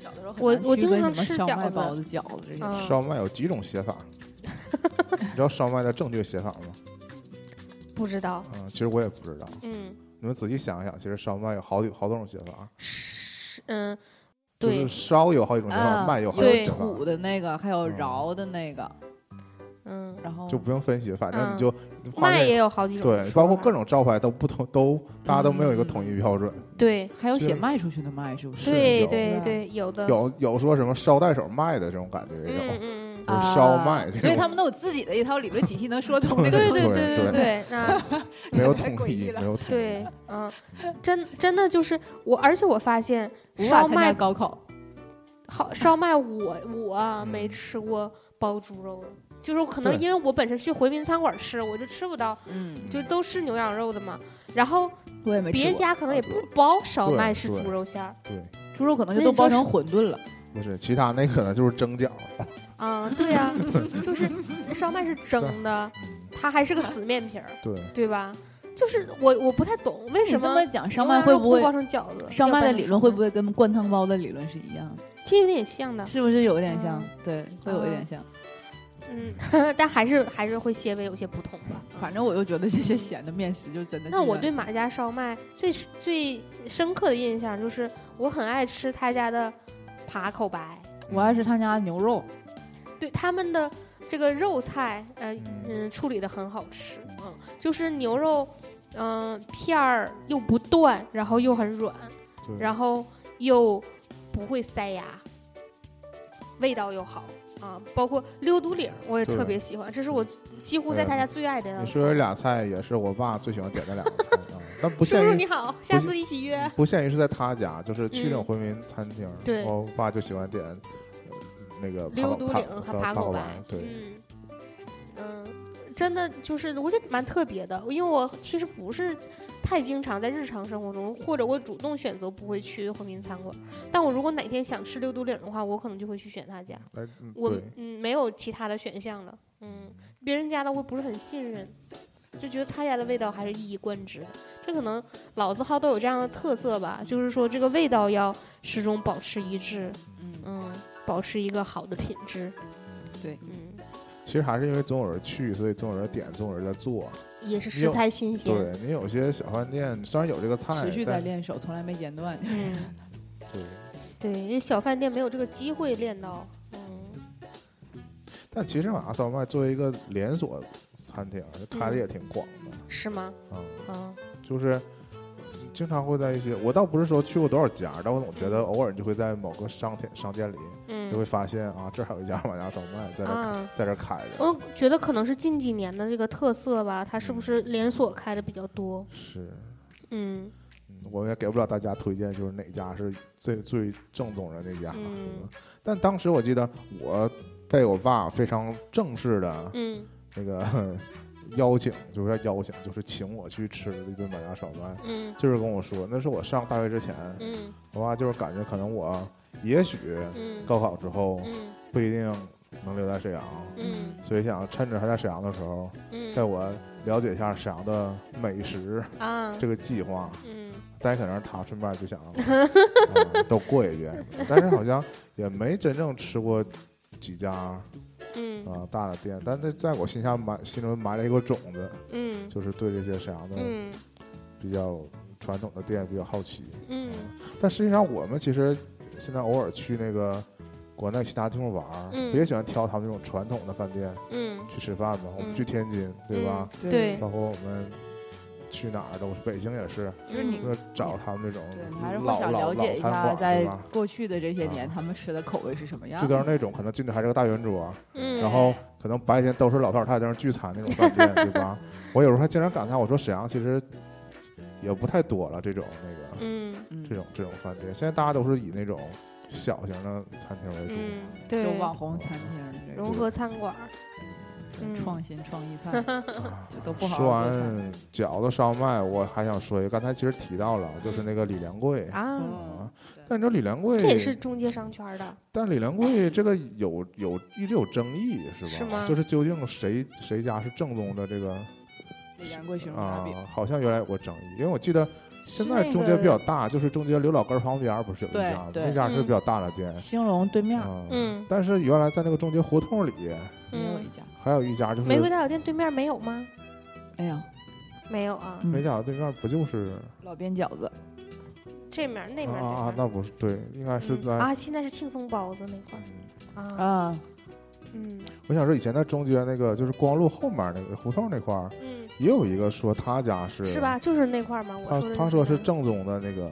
Speaker 2: 小的时候
Speaker 3: 我
Speaker 2: 很难
Speaker 3: 我
Speaker 2: 区
Speaker 3: 经
Speaker 2: 分
Speaker 3: 常
Speaker 2: 什么
Speaker 3: 吃
Speaker 2: 烧
Speaker 3: 饺
Speaker 2: 麦
Speaker 3: 子
Speaker 2: 包子、饺子这些。
Speaker 3: 嗯，
Speaker 1: 烧麦有几种写法？你知道烧麦的正确写法吗？
Speaker 3: 不知道。
Speaker 1: 嗯，其实我也不知道。
Speaker 3: 嗯，
Speaker 1: 你们仔细想一想，其实烧麦有好几好多种写法，
Speaker 3: 是嗯，
Speaker 1: 就
Speaker 3: 对
Speaker 1: 是，烧有好几种写法，
Speaker 2: 啊，
Speaker 1: 嗯麦有好几种
Speaker 2: 有
Speaker 1: 写法，
Speaker 2: 土的那个，还有
Speaker 1: 嗯
Speaker 2: 饶的那个，
Speaker 3: 嗯，
Speaker 2: 然后
Speaker 1: 就不用分析，反正
Speaker 3: 嗯
Speaker 1: 你就画
Speaker 3: 麦
Speaker 1: 面
Speaker 3: 也有好几种说法，
Speaker 1: 对，包括各种招牌都不同，都大家都没有一个统一标准。
Speaker 3: 对
Speaker 2: 还有
Speaker 1: 就
Speaker 2: 写
Speaker 1: 是
Speaker 2: 卖出去的卖，是不是？
Speaker 3: 对
Speaker 1: 有
Speaker 3: 对
Speaker 2: 的
Speaker 3: 对，有的，
Speaker 1: 有有说什么捎带手卖的这种感觉也
Speaker 3: 嗯
Speaker 1: 有，
Speaker 3: 嗯嗯。
Speaker 1: 就是烧麦这种
Speaker 2: 所以他们都有自己的一套理论体系，能说 通这个
Speaker 3: 对
Speaker 2: 东
Speaker 3: 对
Speaker 2: 西。
Speaker 1: 对对
Speaker 3: 对对， 那
Speaker 1: 没有
Speaker 2: 太
Speaker 1: 统
Speaker 2: 诡异
Speaker 1: 一，
Speaker 2: 了
Speaker 1: 没有统一。
Speaker 3: 对，嗯，真真的就是我，而且我发现
Speaker 2: 无法
Speaker 3: 烧
Speaker 2: 参加
Speaker 3: 麦
Speaker 2: 高考，
Speaker 3: 好烧麦我，我啊
Speaker 1: 嗯
Speaker 3: 没吃过包猪肉，就是可能
Speaker 1: 对
Speaker 3: 因为我本身去回民餐馆吃，我就吃不到，
Speaker 2: 嗯，
Speaker 3: 就都是牛羊肉的嘛。然后
Speaker 2: 我也没吃
Speaker 3: 别
Speaker 2: 过。
Speaker 3: 家可能也
Speaker 1: 包
Speaker 3: 不包烧
Speaker 1: 对
Speaker 3: 麦是
Speaker 1: 对
Speaker 3: 猪肉馅儿，
Speaker 1: 对，
Speaker 2: 猪肉可能
Speaker 3: 那
Speaker 2: 就都
Speaker 3: 你
Speaker 2: 包
Speaker 3: 说
Speaker 2: 成混沌了，
Speaker 1: 不是其他那可能就是蒸饺，
Speaker 3: 嗯，对呀，就是烧麦是蒸的，它还是个死面皮儿，
Speaker 1: 对，
Speaker 3: 对吧？就是我我不太懂为什
Speaker 2: 你这
Speaker 3: 么
Speaker 2: 么讲，烧
Speaker 3: 牛
Speaker 2: 麦
Speaker 3: 羊
Speaker 2: 会
Speaker 3: 肉
Speaker 2: 不会
Speaker 3: 包成饺子？
Speaker 2: 烧
Speaker 3: 要
Speaker 2: 麦
Speaker 3: 包
Speaker 2: 的
Speaker 3: 成
Speaker 2: 理
Speaker 3: 烧
Speaker 2: 论会
Speaker 3: 麦
Speaker 2: 不会跟灌汤包的理论是一样的？
Speaker 3: 其实有点像的，
Speaker 2: 是不是有点像
Speaker 3: 嗯？
Speaker 2: 对，会有一点像。
Speaker 3: 嗯， 但还是还是会些微有些不同吧。
Speaker 2: 反正我就觉得这些咸的面食就真的是
Speaker 3: 那
Speaker 2: 让。
Speaker 3: 我对马家烧麦最最深刻的印象就是，我很爱吃他家的扒口白，
Speaker 2: 我爱吃他家牛肉，
Speaker 3: 对他们的这个肉菜，呃
Speaker 1: 嗯
Speaker 3: 嗯，处理的很好吃，嗯，就是牛肉，嗯、片儿又不断，然后又很软，
Speaker 1: 对
Speaker 3: 然后又不会塞牙，味道又好。啊，包括溜肚里儿，我也
Speaker 1: 对哎
Speaker 3: 特别喜欢，这是我几乎在他家最爱的。
Speaker 1: 你说这俩菜也是我爸最喜欢点的俩 菜啊，但不
Speaker 3: 叔
Speaker 1: 限
Speaker 3: 叔
Speaker 1: 于
Speaker 3: 你好，下次一起约。
Speaker 1: 不限于是在他家，就是去这
Speaker 3: 嗯
Speaker 1: 种回民餐厅，
Speaker 3: 对
Speaker 1: 我爸就喜欢点呃那个
Speaker 3: 溜
Speaker 1: 肚
Speaker 3: 独岭和爬狗
Speaker 1: 狗
Speaker 3: 白
Speaker 1: 白，，对，
Speaker 3: 嗯嗯，真的就是我觉得蛮特别的，因为我其实不是太经常在日常生活中，或者我主动选择不会去回民餐馆，但我如果哪天想吃溜独岭的话，我可能就会去选他家，
Speaker 1: 哎嗯
Speaker 3: 我
Speaker 1: 对
Speaker 3: 嗯没有其他的选项了，嗯，别人家的我不是很信任。就觉得他家的味道还是一以贯之的，这可能老字号都有这样的特色吧，就是说这个味道要始终保持一致，
Speaker 2: 嗯，
Speaker 3: 嗯，保持一个好的品质，
Speaker 2: 对，
Speaker 3: 嗯，
Speaker 1: 其实还是因为总有人去，所以总有人点，总有人在做。
Speaker 3: 也是食材新鲜。
Speaker 1: 对你有些小饭店虽然有这个菜，
Speaker 2: 持续在
Speaker 1: 但
Speaker 2: 练手，从来没间断。
Speaker 3: 嗯，
Speaker 1: 对，
Speaker 3: 对，因为小饭店没有这个机会练到。嗯，
Speaker 1: 但其实马烧麦作为一个连锁餐厅，开的
Speaker 2: 嗯
Speaker 1: 也挺广的
Speaker 3: 是吗？
Speaker 1: 啊、
Speaker 3: 嗯，
Speaker 1: 就是经
Speaker 2: 嗯
Speaker 1: 常会在一些，我倒不是说去过多少家，但我总觉得偶尔你就会在某个商店商店里就
Speaker 3: 嗯
Speaker 1: 会发现啊，这儿还有一家马家烧麦在这
Speaker 2: 嗯
Speaker 1: 儿
Speaker 3: 啊，
Speaker 1: 在这儿开着，
Speaker 2: 哦
Speaker 3: 我觉得可能是近几年的这个特色吧，它
Speaker 1: 嗯
Speaker 3: 是不是连锁开的比较多？
Speaker 1: 是。
Speaker 3: 嗯
Speaker 1: 嗯我也给不了大家推荐，就是哪家是最最正宗的那家、
Speaker 3: 嗯
Speaker 1: 是吧但当时我记得我被我爸非常正式的
Speaker 3: 嗯
Speaker 1: 那个邀请，就是说邀请，就是请我去吃了一顿马家烧麦，
Speaker 3: 嗯
Speaker 1: 就是跟我说，那是我上大学之前，
Speaker 3: 嗯
Speaker 1: 我爸就是感觉可能我也许
Speaker 3: 嗯
Speaker 1: 高考之后
Speaker 3: 嗯
Speaker 1: 不一定能留在沈阳，
Speaker 3: 嗯
Speaker 1: 所以想趁着还在沈阳的时候，带
Speaker 3: 嗯
Speaker 1: 我了解一下沈阳的美食
Speaker 3: 啊
Speaker 1: 这个计划。
Speaker 3: 嗯
Speaker 1: 待可能他顺便就想、啊都过一遍什么的，但是好像也没真正吃过几家啊、
Speaker 3: 嗯
Speaker 1: 大的店，但是在我心下埋心中埋了一个种子，
Speaker 3: 嗯
Speaker 1: 就是对这些沈阳的
Speaker 3: 嗯
Speaker 1: 比较传统的店比较好奇。
Speaker 3: 嗯
Speaker 1: 但实际上我们其实现在偶尔去那个国内其他地方玩儿，
Speaker 3: 嗯
Speaker 1: 也喜欢挑他们那种传统的饭店
Speaker 3: 嗯，
Speaker 1: 去吃饭嘛。我们去天津，对吧？
Speaker 2: 嗯对
Speaker 3: 对
Speaker 1: 包括我们去哪儿都是，北京也是，
Speaker 2: 就是你
Speaker 1: 就找他们那种
Speaker 2: 嗯对，你还是会
Speaker 1: 嗯老
Speaker 2: 想
Speaker 1: 老老
Speaker 2: 了解一
Speaker 1: 餐
Speaker 2: 下，
Speaker 1: 馆，
Speaker 2: 在
Speaker 1: 对吧？
Speaker 2: 过去的这些
Speaker 1: 啊
Speaker 2: 年，他们吃的口味是什么样
Speaker 1: 就都是
Speaker 2: 的？
Speaker 1: 那种可能进去还是个大圆桌，
Speaker 3: 啊嗯
Speaker 1: 然后可能白天都是老头老太太在那儿聚餐那种饭 店，对吧？我有时候还经常感叹，我说沈阳其实也不太多了这种那个、
Speaker 3: 嗯
Speaker 1: 这
Speaker 2: 嗯，
Speaker 1: 种这种饭店，现在大家都是以那种小型的餐厅为主。
Speaker 3: 嗯，
Speaker 2: 就
Speaker 3: 对，
Speaker 2: 网红餐厅这
Speaker 3: 融
Speaker 2: 种
Speaker 3: 合餐馆儿，嗯
Speaker 2: 创新创意 饭
Speaker 1: 啊
Speaker 2: 就都不好
Speaker 1: 说
Speaker 2: 好
Speaker 1: 完
Speaker 2: 做菜
Speaker 1: 饺子烧麦，我还想说一个，刚才其实提到了，就是那个李连贵。
Speaker 3: 啊，
Speaker 2: 嗯
Speaker 1: 但你说李连贵，
Speaker 3: 这也是中介商圈儿的，
Speaker 1: 但李连贵这个有有一直有争议，是吧？
Speaker 3: 是吗
Speaker 1: 就是究竟谁谁家是正宗的这个
Speaker 2: 李连贵熊肉夹
Speaker 1: 啊
Speaker 2: 饼，，
Speaker 1: 好像原来有过争议，因为我记得现在
Speaker 2: 那
Speaker 1: 中间比较
Speaker 2: 个
Speaker 1: 大，就是中间刘老根儿旁边儿不是有一
Speaker 2: 对
Speaker 1: 家吗，
Speaker 2: 对
Speaker 1: 那家是
Speaker 3: 嗯
Speaker 1: 比较大的店，
Speaker 2: 兴隆对面儿
Speaker 1: 啊
Speaker 3: 嗯
Speaker 1: 但是原来在那个中间胡同里
Speaker 2: 也有
Speaker 3: 嗯
Speaker 2: 一，家，
Speaker 1: 还有一家，就是
Speaker 3: 玫瑰大酒店对面没有吗？
Speaker 2: 哎呀，
Speaker 3: 没有啊，
Speaker 1: 美
Speaker 2: 嗯，
Speaker 1: 甲对面不就是
Speaker 2: 老边饺子，
Speaker 3: 这面儿
Speaker 1: 啊
Speaker 3: 那面儿
Speaker 1: 啊啊，那不是对，应该
Speaker 3: 这
Speaker 1: 是
Speaker 3: 面儿嗯
Speaker 1: 在。
Speaker 3: 啊，现在是庆丰包子那块儿啊，
Speaker 2: 啊，
Speaker 3: 嗯
Speaker 1: 我想说，以前在中间那个就是光路后面那个胡同那块儿，
Speaker 3: 嗯，
Speaker 1: 也有一个说他家是
Speaker 3: 是？吧？就是那块儿吗？我
Speaker 1: 他
Speaker 3: 说的
Speaker 1: 他说是
Speaker 3: 那
Speaker 1: 正宗的那个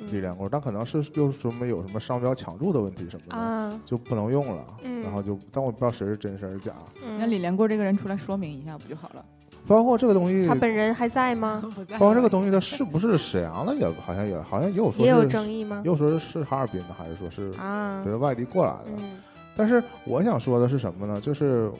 Speaker 3: 嗯
Speaker 1: 李连贵，但可能是又是什么有什么商标抢注的问题什么的，
Speaker 3: 啊，
Speaker 1: 就不能用了。
Speaker 3: 嗯
Speaker 1: 然后就，但我不知道谁是真谁是假。
Speaker 2: 那
Speaker 3: 那
Speaker 2: 李连贵这个人出来说明一下不就好了？
Speaker 1: 包括这个东西，
Speaker 3: 他本人还在吗？
Speaker 2: 包
Speaker 1: 包括这个东西，它是不是沈阳的也好像也好像也有说是
Speaker 3: 也有争议吗
Speaker 1: 也？有说是哈尔滨的，还是说是
Speaker 3: 啊
Speaker 1: 别，的外地过来的？
Speaker 3: 嗯
Speaker 1: 但是我想说的是什么呢？就是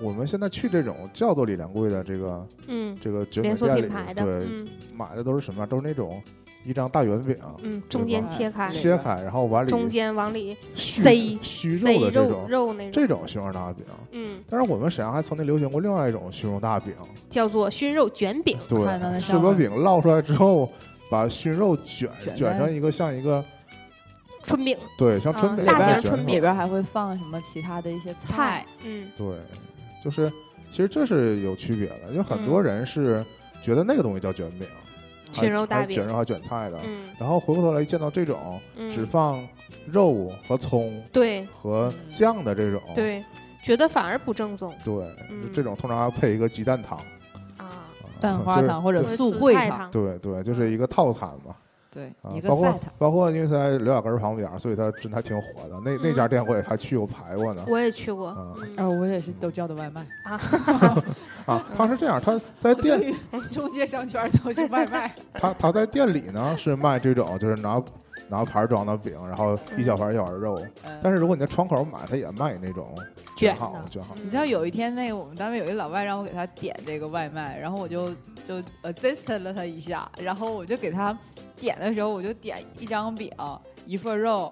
Speaker 1: 我们现在去这种叫做李连贵的这个
Speaker 3: 嗯，
Speaker 1: 这个酒
Speaker 3: 连
Speaker 1: 水
Speaker 3: 锁
Speaker 1: 店
Speaker 3: 品
Speaker 1: 里，
Speaker 3: 牌的，
Speaker 1: 对，
Speaker 3: 嗯
Speaker 1: 买的都是什么样？都是那种一张大圆饼。
Speaker 3: 嗯，中间切开，
Speaker 2: 对
Speaker 1: 切开，然后往里
Speaker 3: 中间往里
Speaker 1: 虚
Speaker 3: 塞
Speaker 1: 虚
Speaker 3: 塞
Speaker 1: 肉的这
Speaker 3: 肉
Speaker 1: 种
Speaker 3: 肉那种，
Speaker 1: 这种熏肉大饼，
Speaker 3: 嗯，
Speaker 1: 但是我们沈阳还曾经流行过另外一种熏肉大饼，
Speaker 3: 叫做熏肉卷饼，
Speaker 2: 看到那
Speaker 1: 对，
Speaker 2: 上
Speaker 1: 是把
Speaker 2: 面
Speaker 1: 饼烙出来之后，把熏肉卷
Speaker 2: 卷
Speaker 1: 卷
Speaker 2: 在啊
Speaker 1: 成一个像一个
Speaker 3: 春饼，
Speaker 1: 对像
Speaker 3: 啊
Speaker 1: 春饼
Speaker 2: 大
Speaker 1: 一样
Speaker 2: 型
Speaker 1: 卷
Speaker 3: 春
Speaker 1: 好
Speaker 3: 饼
Speaker 2: 里边还会放什么其他的一些
Speaker 3: 菜
Speaker 2: 菜？，
Speaker 3: 嗯
Speaker 1: 对，就是其实这是有区别的，有很多
Speaker 2: 嗯
Speaker 1: 人是觉得那个东西叫卷饼，啊还
Speaker 3: 熏肉大
Speaker 1: 还
Speaker 3: 饼
Speaker 1: 卷肉还卷菜的，
Speaker 3: 嗯
Speaker 1: 然后回过头来一见到这种只
Speaker 3: 嗯，
Speaker 1: 放肉和葱
Speaker 3: 对
Speaker 1: 和
Speaker 2: 嗯
Speaker 1: 酱的这种，
Speaker 3: 对，觉得反而不正宗
Speaker 1: 对
Speaker 3: 嗯
Speaker 1: 这种通常还配一个鸡蛋汤，啊
Speaker 3: 啊，
Speaker 2: 蛋花
Speaker 1: 就是
Speaker 2: 糖或者嗯
Speaker 1: 对
Speaker 3: 或者
Speaker 2: 素
Speaker 3: 紫
Speaker 2: 烩
Speaker 3: 菜
Speaker 2: 汤
Speaker 3: 汤，
Speaker 1: 对对，就是一个套餐嘛。
Speaker 2: 对
Speaker 1: 啊，
Speaker 2: 一，个
Speaker 1: 包
Speaker 2: 菜
Speaker 1: 括
Speaker 2: 汤，
Speaker 1: 包括因为在刘老根儿旁边儿，所以他真的还挺火的。那那家
Speaker 3: 嗯
Speaker 1: 店我也还去过排过呢。
Speaker 3: 我也去过嗯
Speaker 1: 啊，
Speaker 2: 啊，我也是都叫的外卖，
Speaker 1: 啊，他是这样，他在店
Speaker 2: 于中介商圈都是 外卖，
Speaker 1: 他他在店里呢是卖这种就是拿拿盘儿装的饼，然后一小盘儿一小盘儿肉。但
Speaker 2: 是。
Speaker 1: 是如果你在窗口买，他也卖那种
Speaker 3: 卷
Speaker 1: 好
Speaker 3: 的
Speaker 1: 卷好。
Speaker 2: 你知道有一天那个我们单位有一老外让我给他点这个外卖，然后我就就 assist 了他一下，然后我就给他点的时候，我就点一张饼，一份肉，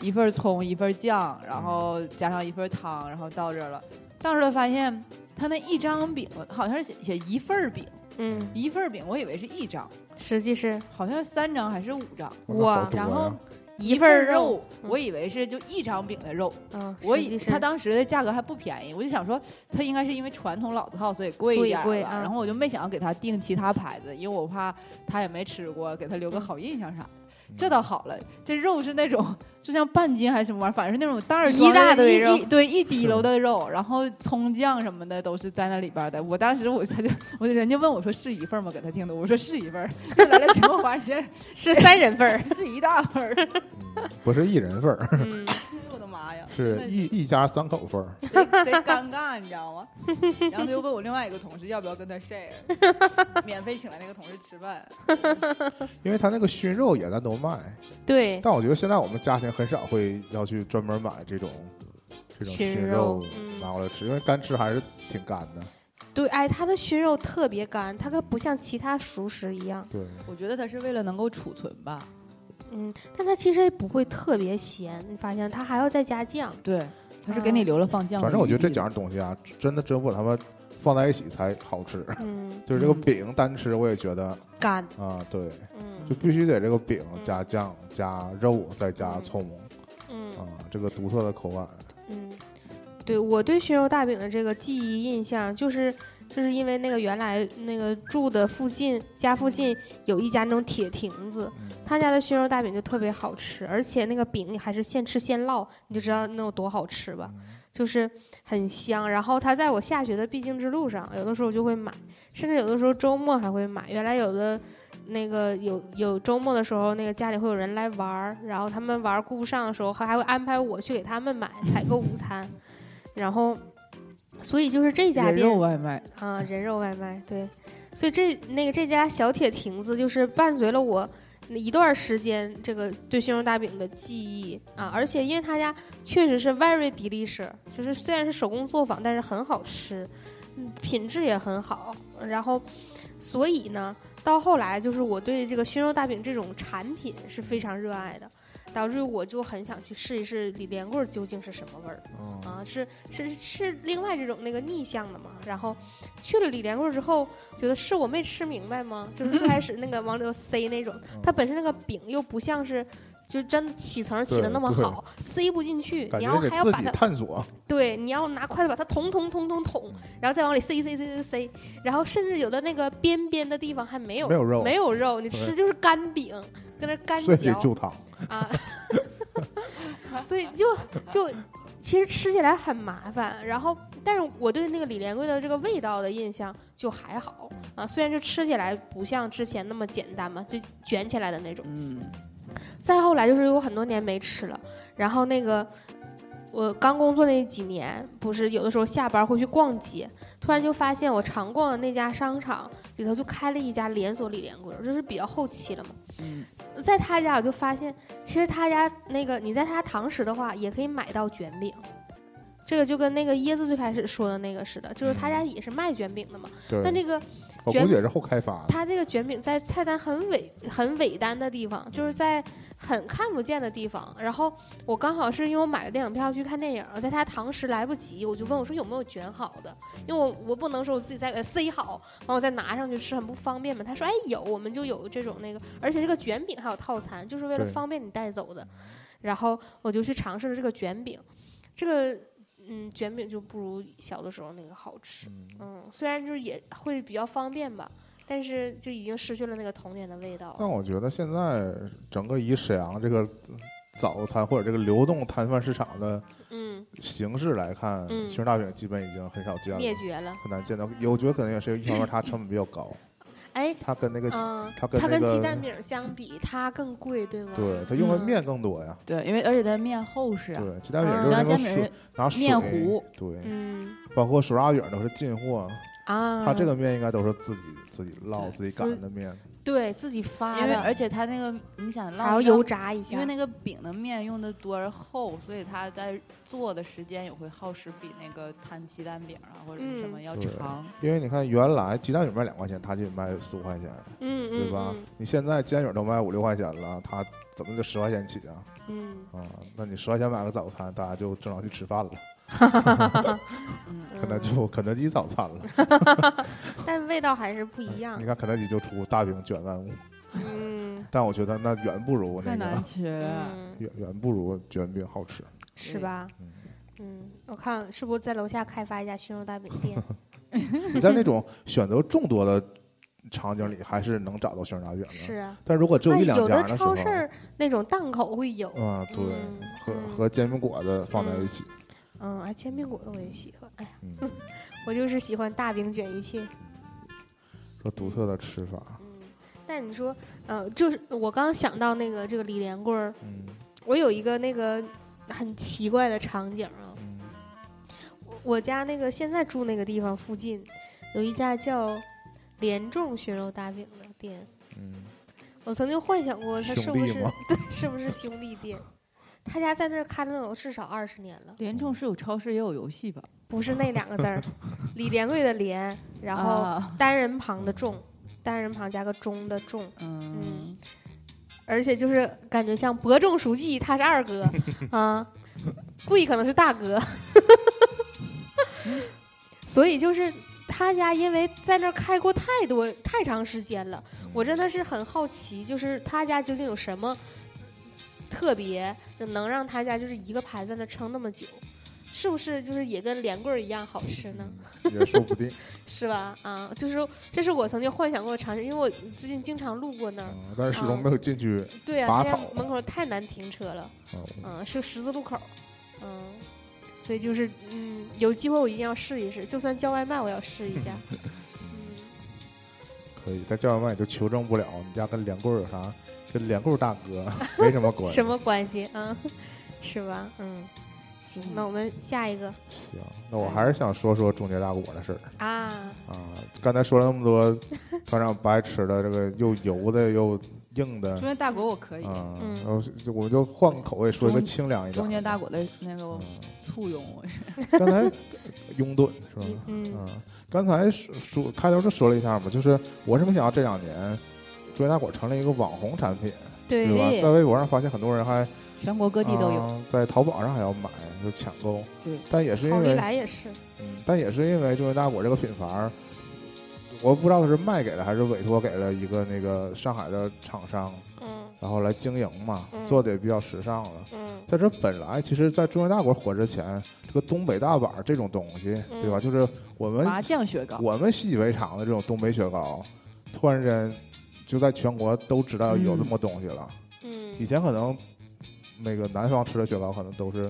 Speaker 2: 一份葱，一份酱，然后
Speaker 1: 嗯
Speaker 2: 加上一份汤，然后到这儿了。到这儿了发现他那一张饼好像是写写一份儿饼，
Speaker 3: 嗯，
Speaker 2: 一份儿饼我以为是一张，
Speaker 3: 实际是
Speaker 2: 好像是三张还是五张，
Speaker 1: 哇，
Speaker 3: 哇
Speaker 1: 那
Speaker 2: 然
Speaker 1: 好多
Speaker 2: 后
Speaker 1: 呀嗯
Speaker 2: 一
Speaker 3: 份
Speaker 2: 份
Speaker 3: 儿
Speaker 2: 儿
Speaker 3: 肉
Speaker 2: 肉，
Speaker 3: 嗯
Speaker 2: 我以为是就一张饼的肉，
Speaker 3: 嗯，
Speaker 2: 我
Speaker 3: 实
Speaker 2: 以
Speaker 3: 际是
Speaker 2: 他 当时的价格还不便宜，我就想说他应该是因为传统老字号所以贵一点儿
Speaker 3: 所以贵
Speaker 2: 吧
Speaker 3: 啊嗯
Speaker 2: 然后我就没想要给他订其他牌子，因为我怕他也没吃过，给他留个好印象啥的。这倒好了，这肉是那种就像半斤还是什么玩意儿，反正是那种袋儿
Speaker 3: 一
Speaker 2: 装的
Speaker 3: 大堆
Speaker 2: 一
Speaker 3: 肉
Speaker 2: 一对一滴
Speaker 1: 是
Speaker 2: 溜的肉，然后葱酱什么的都是在那里边儿的。我当时我他就 我人家问我说是一份儿吗？给他听的，我说是一份儿。来了之后发 现
Speaker 3: 是三人份儿。
Speaker 2: 是一大份儿，
Speaker 1: 嗯不是一人份儿，
Speaker 3: 嗯，
Speaker 2: 我的妈呀，真
Speaker 1: 是
Speaker 2: 的
Speaker 1: 一一家三口份儿。
Speaker 2: 贼贼尴尬，你知道吗？然后他又问我另外一个同事要不要跟他 share，免费请来那个同事吃饭。
Speaker 1: 因为他那个熏肉也单独卖，
Speaker 3: 对，
Speaker 1: 但我觉得现在我们家庭很少会要去专门买这种这种
Speaker 3: 熏
Speaker 1: 熏
Speaker 3: 肉
Speaker 1: 肉
Speaker 3: 嗯
Speaker 1: 拿过来吃，因为干吃还是挺干的。
Speaker 3: 对，哎，它的熏肉特别干，它可不像其他熟食一样，
Speaker 1: 对，
Speaker 2: 我觉得他是为了能够储存吧，
Speaker 3: 嗯，但它其实也不会特别咸，你发现它还要再加酱，
Speaker 2: 对，他是给
Speaker 3: 嗯
Speaker 2: 你留了放酱的余地。
Speaker 1: 反正我觉得这几样东西啊，真的真不把它们放在一起才好吃。
Speaker 3: 嗯，
Speaker 1: 就是这个
Speaker 2: 嗯
Speaker 1: 饼单吃，我也觉得
Speaker 3: 干，
Speaker 1: 啊，对，
Speaker 3: 嗯
Speaker 1: 就必须得这个饼加酱加肉再加葱啊
Speaker 3: 嗯，
Speaker 1: 这个独特的口感。
Speaker 3: 嗯，对我对熏肉大饼的这个记忆印象就是。就是因为那个原来那个住的附近家附近有一家那种铁亭子，
Speaker 1: 嗯
Speaker 3: 他家的熏肉大饼就特别好吃，而且那个饼还是现吃现烙，你就知道那有多好吃吧，
Speaker 1: 嗯
Speaker 3: 就是很香。然后它在我下学的必经之路上，有的时候我就会买，甚至有的时候周末还会买。原来有的那个有有周末的时候，那个家里会有人来玩儿，然后他们玩儿顾不上的时候，还还会安排我去给他们买采购午餐，然后。所以就是这家
Speaker 2: 人
Speaker 3: 店
Speaker 2: 肉外卖，
Speaker 3: 啊，人肉外卖，对。所以这那个这家小铁亭子就是伴随了我一段时间这个对熏肉大饼的记忆啊，而且因为他家确实是 very delicious，就是虽然是手工作坊，但是很好吃，嗯品质也很好。然后，所以呢，到后来就是我对这个熏肉大饼这种产品是非常热爱的，导致我就很想去试一试李连贵儿究竟是什么味儿。
Speaker 1: 嗯，
Speaker 3: 啊，是是是另外这种那个逆向的嘛。然后去了李连贵儿之后，觉得是我没吃明白吗？就是最开始 那个往里头塞那种，
Speaker 1: 嗯
Speaker 3: 它本身那个饼又不像是。就真的起层起的那么
Speaker 1: 对对
Speaker 3: 好，塞不进去，
Speaker 1: 感
Speaker 3: 你要
Speaker 1: 觉得
Speaker 3: 还要
Speaker 1: 自
Speaker 3: 把
Speaker 1: 己
Speaker 3: 它
Speaker 1: 探索。
Speaker 3: 对，你要拿筷子把它捅捅捅捅捅，
Speaker 1: 嗯
Speaker 3: 然后再往里塞塞塞塞塞，然后甚至有的那个边边的地方还没有
Speaker 1: 没有肉
Speaker 3: 肉你
Speaker 1: 对
Speaker 3: 吃就是干饼，跟那儿干
Speaker 1: 所以得
Speaker 3: 嚼
Speaker 1: 就汤。
Speaker 3: 啊， 所以就就其实吃起来很麻烦。然后，但是我对那个李连贵的这个味道的印象就还好啊，虽然就吃起来不像之前那么简单嘛，就卷起来的那种。
Speaker 2: 嗯，
Speaker 3: 再后来就是有很多年没吃了，然后那个我刚工作那几年，不是有的时候下班会去逛街，突然就发现我常逛的那家商场里头就开了一家连锁李连贵儿，这是比较后期了嘛。
Speaker 2: 嗯
Speaker 3: 在他家我就发现，其实他家那个你在他堂食的话，也可以买到卷饼。这个就跟那个椰子最开始说的那个似的，就是他家也是卖卷饼的嘛。
Speaker 1: 对，
Speaker 3: 但这个
Speaker 1: 我
Speaker 3: 卷
Speaker 1: 估计也是后开发的。
Speaker 3: 它这个卷饼在菜单很尾很尾单的地方，就是在很看不见的地方。然后我刚好是因为我买了电影票去看电影，在他堂食来不及，我就问我说有没有卷好的，因为我我不能说我自己再给它塞好，完我再拿上去吃很不方便嘛。他说哎有，我们就有这种那个，而且这个卷饼还有套餐，就是为了
Speaker 1: 对
Speaker 3: 方便你带走的。然后我就去尝试了这个卷饼，这个嗯卷饼就不如小的时候那个好吃。
Speaker 1: 嗯
Speaker 3: 嗯，虽然就是也会比较方便吧，但是就已经失去了那个童年的味道了。
Speaker 1: 但我觉得现在整个以沈阳这个早餐或者这个流动摊贩市场的
Speaker 3: 嗯，
Speaker 1: 形式来看，
Speaker 3: 嗯
Speaker 1: 熏肉大饼基本已经很少见了，
Speaker 3: 灭绝了。
Speaker 1: 很难见到。有我觉得可能也是一方面它成本比较高，
Speaker 3: 哎，
Speaker 1: 它跟那个
Speaker 3: 嗯，
Speaker 1: 它跟
Speaker 3: 它
Speaker 1: 那
Speaker 3: 跟
Speaker 1: 个
Speaker 3: 鸡蛋饼儿相比，它更贵，对吗？
Speaker 1: 对它用的
Speaker 3: 嗯
Speaker 1: 面更多呀。
Speaker 2: 对，因为而且它面厚实啊，
Speaker 1: 对，鸡蛋饼就是
Speaker 2: 然
Speaker 1: 那
Speaker 2: 后煎
Speaker 1: 种
Speaker 2: 饼
Speaker 1: 水
Speaker 2: 是
Speaker 1: 拿水
Speaker 2: 面糊，
Speaker 1: 对，
Speaker 3: 嗯
Speaker 1: 包括手抓饼都是进货，
Speaker 3: 啊，
Speaker 1: 它这个面应该都是自己自己烙
Speaker 2: 对
Speaker 1: 自己
Speaker 3: 自
Speaker 1: 擀的面。
Speaker 3: 对自己发
Speaker 2: 因为
Speaker 3: 的，
Speaker 2: 而且它那个你想
Speaker 3: 还
Speaker 2: 烙
Speaker 3: 要
Speaker 2: 一
Speaker 3: 油
Speaker 2: 张
Speaker 3: 炸一
Speaker 2: 因
Speaker 3: 下
Speaker 2: 为。那个饼的面用的多而厚，所以它在做的时间也会耗时比那个摊鸡蛋饼啊或者是什么要
Speaker 1: 嗯对
Speaker 2: 长。
Speaker 1: 因为你看原来鸡蛋饼卖两块钱，它就卖四五块钱，
Speaker 3: 嗯
Speaker 1: 对
Speaker 3: 嗯
Speaker 1: 吧
Speaker 3: 嗯？
Speaker 1: 你现在鸡蛋饼都卖五六块钱了，它怎么就十块钱起啊？
Speaker 3: 嗯，
Speaker 1: 啊，那你十块钱买个早餐，大家就正常去吃饭了，
Speaker 2: 嗯，
Speaker 1: 可能
Speaker 3: 嗯
Speaker 1: 就肯德基早餐了。
Speaker 3: 但味道还是不一样
Speaker 1: 你。看肯德基就出大饼卷万物，
Speaker 3: 嗯
Speaker 1: 但我觉得那远不如那
Speaker 2: 太难
Speaker 1: 个，啊
Speaker 2: 吃了。
Speaker 3: 嗯，
Speaker 1: 远远不如卷饼好吃。
Speaker 3: 是吧？
Speaker 1: 嗯
Speaker 3: 嗯，我看是 不是在楼下开发一家熏肉大饼店？
Speaker 1: 你在那种选择众多的场景里还是能找到轩然大悦的。
Speaker 3: 是啊，
Speaker 1: 但如果只有
Speaker 3: 那
Speaker 1: 一两
Speaker 3: 有
Speaker 1: 家
Speaker 3: 的
Speaker 1: 时
Speaker 3: 超
Speaker 1: 候，
Speaker 3: 市儿那种档口会有，
Speaker 1: 啊，对
Speaker 3: 嗯，嗯
Speaker 1: 和和煎饼果子放在一起，
Speaker 3: 嗯，哎，煎饼果子我也喜欢，哎呀，
Speaker 1: 嗯，
Speaker 3: 我就是喜欢大饼卷一切，
Speaker 1: 说独特的吃法，
Speaker 3: 嗯。但你说，呃，就是我刚想到那个这个李连贵儿，
Speaker 1: 嗯
Speaker 3: 我有一个那个很奇怪的场景啊，
Speaker 1: 嗯
Speaker 3: 我我家那个现在住那个地方附近有一家叫连众熏肉大饼的店，
Speaker 1: 嗯，
Speaker 3: 我曾经幻想过它是
Speaker 1: 兄
Speaker 3: 不
Speaker 1: 弟
Speaker 3: 是
Speaker 1: 吗？
Speaker 3: 对是不是兄弟店，他家在那儿开了有至少二十年了，
Speaker 2: 联众是有超市也有游戏吧？
Speaker 3: 不是那两个字儿，李连贵的连，然后
Speaker 2: 啊
Speaker 3: 单人旁的众，单人旁加个中的众，
Speaker 2: 嗯，
Speaker 3: 而且就是感觉像伯仲叔季，他是二哥啊，贵可能是大哥， 所以就是他家因为在那儿开过太多太长时间了，我真的是很好奇，就是他家究竟有什么特别能让他家就是一个牌子在那撑那么久，是不是就是也跟连棍儿一样好吃呢？
Speaker 1: 嗯也说不 定
Speaker 3: 是吧？啊，就是这是我曾经幻想过的场景，因为我最近经常路过那儿，
Speaker 1: 啊，但是始终没有进去
Speaker 3: 对啊，
Speaker 1: 嗯拔
Speaker 3: 他家
Speaker 1: 草
Speaker 3: 门口太难停车了，
Speaker 1: 啊，
Speaker 3: 嗯，是个十字路口，嗯，所以就是嗯，有机会我一定要试一试，就算叫外卖我也要试 一下，嗯，
Speaker 1: 可以，但叫外卖也就求证不了你家跟连棍儿有啥，跟连棍儿大哥 没什么关系。
Speaker 3: 什么关系啊？ 是吧？嗯，行，
Speaker 2: 嗯
Speaker 3: 那我们下一个
Speaker 1: 行，那我还是想说说中介大果的事儿
Speaker 3: 啊，
Speaker 1: 啊。刚才说了那么多团长不爱吃的，这个又油的又硬的
Speaker 2: 中间大果我可以，
Speaker 1: 啊，
Speaker 3: 嗯
Speaker 1: 然后就我们就换个口味，说一个
Speaker 2: 中
Speaker 1: 清凉一点。
Speaker 2: 中间大果的那个
Speaker 1: 嗯
Speaker 2: 簇拥 我是
Speaker 1: 刚才拥趸是吧
Speaker 3: 你？嗯
Speaker 1: 嗯，刚才说说开头就说了一下嘛，就是我是没想到这两年中间大果成了一个网红产品，对吧？在微博上发现很多人还
Speaker 2: 全国各地都有，
Speaker 1: 啊在淘宝上还要买，就抢购。
Speaker 2: 对，
Speaker 1: 但也是
Speaker 3: 好
Speaker 1: 因
Speaker 3: 利
Speaker 1: 为，
Speaker 3: 来也是，
Speaker 1: 嗯，但也是因为中原大果这个品牌儿，我不知道它是卖给了还是委托给了一个那个上海的厂商，
Speaker 3: 嗯
Speaker 1: 然后来经营嘛，
Speaker 3: 嗯
Speaker 1: 做的也比较时尚了。
Speaker 3: 嗯
Speaker 1: 在这本来，其实，在中原大果火之前，这个东北大板儿这种东西，
Speaker 3: 嗯
Speaker 1: 对吧？就是我们
Speaker 2: 麻酱雪糕，
Speaker 1: 哎我们习以为常的这种东北雪糕，突然间就在全国都知道有这
Speaker 2: 嗯
Speaker 1: 么东西了。以
Speaker 3: 嗯，
Speaker 1: 前可能那个南方吃的雪糕可能都是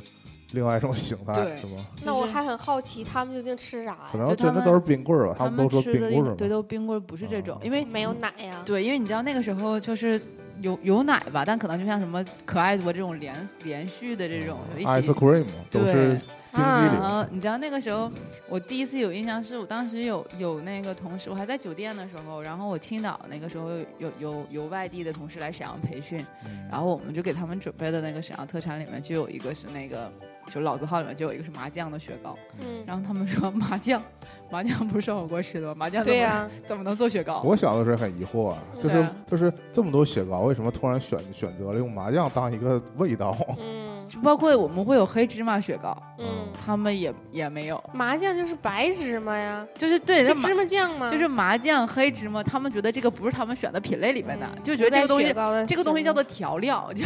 Speaker 1: 另外一种 形态，
Speaker 2: 对
Speaker 1: 是吗？
Speaker 3: 那我还很好奇他们究竟吃啥
Speaker 1: 可
Speaker 3: 呀？
Speaker 1: 能
Speaker 2: 就他
Speaker 1: 真的
Speaker 2: 们
Speaker 1: 都是冰棍儿吧，他
Speaker 2: 他
Speaker 1: 们都说
Speaker 2: 吃
Speaker 1: 冰
Speaker 2: 的一
Speaker 1: 棍儿
Speaker 2: 对
Speaker 1: 嘛。
Speaker 2: 都冰棍儿不是这种
Speaker 1: 哦，
Speaker 2: 因为
Speaker 3: 没有奶呀？
Speaker 2: 对，因为你知道那个时候就是有有奶吧，但可能就像什么可爱多这种连连续的这种就一
Speaker 1: 嗯 ice
Speaker 2: 起
Speaker 1: cream 都哦是
Speaker 2: 对啊
Speaker 1: 冰激凌
Speaker 2: 然后你知道那个时候，我第一次有印象是我当时有有那个同事，我还在酒店的时候，然后我青岛那个时候有有有有外地的同事来沈阳培训，
Speaker 1: 嗯
Speaker 2: 然后我们就给他们准备的那个沈阳特产里面就有一个是那个就老字号里面就有一个是麻酱的雪糕，
Speaker 3: 嗯，
Speaker 2: 然后他们说麻酱，麻酱不是涮火锅吃的吗？麻酱怎
Speaker 3: 对
Speaker 2: 么、
Speaker 3: 呀，
Speaker 2: 怎么能做雪糕？
Speaker 1: 我小的时候很疑惑啊，就
Speaker 2: 对
Speaker 1: 是
Speaker 2: 啊
Speaker 1: 就是这么多雪糕，为什么突然选选择了用麻酱当一个味道？
Speaker 3: 嗯
Speaker 2: 就包括我们会有黑芝麻雪糕，
Speaker 3: 嗯，
Speaker 2: 他们也也没有，
Speaker 3: 麻酱就是白芝麻呀，
Speaker 2: 就是对
Speaker 3: 是
Speaker 2: 那麻
Speaker 3: 芝麻酱吗？
Speaker 2: 就是麻酱、黑芝麻，他们觉得这个不是他们选的品类里面的，
Speaker 3: 嗯
Speaker 2: 就觉得这个东
Speaker 3: 不在雪
Speaker 2: 西，
Speaker 3: 糕的
Speaker 2: 这个东西
Speaker 3: 什
Speaker 2: 叫
Speaker 3: 么
Speaker 2: 做调料， 就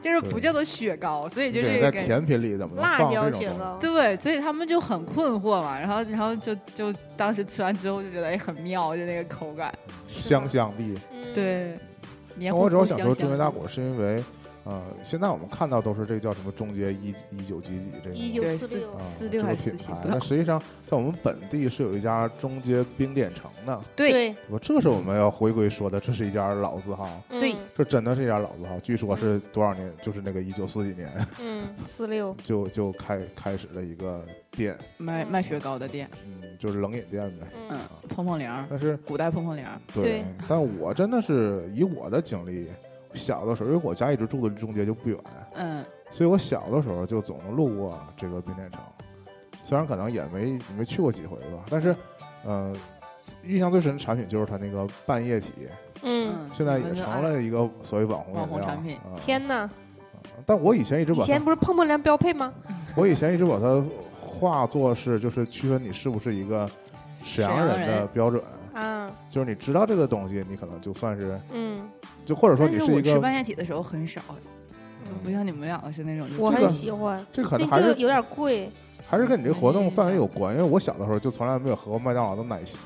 Speaker 2: 就是不叫做雪糕，所以就
Speaker 1: 这
Speaker 2: 这
Speaker 1: 也
Speaker 2: 个
Speaker 1: 在
Speaker 2: 概念。
Speaker 1: 甜品里怎么能
Speaker 3: 辣
Speaker 1: 嗯放
Speaker 3: 椒
Speaker 1: 这种
Speaker 3: 雪
Speaker 1: 东西？
Speaker 3: 糕。
Speaker 2: 对，所以他们就很困惑嘛，然后，然后就就当时吃完之后就觉得哎很妙，就那个口感，
Speaker 3: 是
Speaker 1: 香
Speaker 3: 吧
Speaker 1: 香的。
Speaker 3: 嗯，
Speaker 2: 对，
Speaker 1: 那
Speaker 2: 黏糊
Speaker 1: 我主要
Speaker 2: 糊
Speaker 1: 想
Speaker 2: 香
Speaker 1: 说，中
Speaker 2: 香
Speaker 1: 原大
Speaker 2: 的。
Speaker 1: 果是因为，呃，现在我们看到都是这个叫什么中街一一九几几这个
Speaker 3: 一九
Speaker 2: 对
Speaker 3: 四
Speaker 2: 是
Speaker 3: 六
Speaker 1: 啊，
Speaker 2: 四
Speaker 1: 这
Speaker 2: 六
Speaker 1: 个
Speaker 2: 还是
Speaker 1: 品
Speaker 2: 四七
Speaker 1: 牌
Speaker 2: 不，知
Speaker 1: 但
Speaker 2: 道
Speaker 1: 实际上在我们本地是有一家中街冰点城的，
Speaker 2: 对，
Speaker 1: 对吧？这是我们要回归说的，这是一家老字号，
Speaker 2: 对
Speaker 3: 嗯
Speaker 1: 这真的是一家老字号。据说是多少年，就是那个一九四几年
Speaker 3: 嗯，四六，
Speaker 1: 就就开开始的一个店，
Speaker 2: 卖卖雪糕的店，
Speaker 1: 嗯，就是冷饮店呗。
Speaker 2: 嗯
Speaker 3: 嗯，
Speaker 1: 啊，
Speaker 2: 碰碰凉儿，
Speaker 1: 但是
Speaker 2: 古代碰碰凉儿，
Speaker 1: 对
Speaker 3: 对，
Speaker 1: 但我真的是以我的经历，小的时候，因为我家一直住的中街就不远，
Speaker 2: 嗯，
Speaker 1: 所以我小的时候就总能路过这个冰店城，虽然可能也没没去过几回吧，但是，呃，印象最深的产品就是它那个半液体，
Speaker 3: 嗯，
Speaker 2: 嗯，
Speaker 1: 现在
Speaker 2: 你们
Speaker 1: 也
Speaker 2: 就
Speaker 1: 成
Speaker 2: 按
Speaker 1: 了一个所谓网红饮料
Speaker 2: 网红产品
Speaker 1: 啊
Speaker 3: 天哪，
Speaker 1: 但我以前一直
Speaker 3: 以
Speaker 1: 把
Speaker 3: 前
Speaker 1: 它，
Speaker 3: 不是碰碰凉标配吗？
Speaker 1: 我以前一直把它化作是就是区分你是不是一个沈阳人
Speaker 2: 沈阳
Speaker 1: 的
Speaker 2: 人
Speaker 1: 标准，
Speaker 3: 啊，
Speaker 1: 就是你知道这个东西，你可能就算是
Speaker 3: 嗯，
Speaker 1: 就或者说
Speaker 2: 但
Speaker 1: 你
Speaker 2: 是
Speaker 1: 是
Speaker 2: 我
Speaker 1: 一
Speaker 2: 吃
Speaker 1: 个，
Speaker 2: 半液体的时候很少，就不
Speaker 1: 嗯
Speaker 2: 像你们两个是那种，就
Speaker 3: 我
Speaker 1: 这
Speaker 3: 很
Speaker 1: 个
Speaker 3: 喜欢，
Speaker 1: 这可
Speaker 3: 那
Speaker 1: 能还
Speaker 3: 这个
Speaker 1: 是
Speaker 3: 有点贵，
Speaker 2: 哎
Speaker 1: 还是跟你这个活动范围有关，因为我小的时候就从来没有喝过麦当劳的奶昔。
Speaker 2: 啊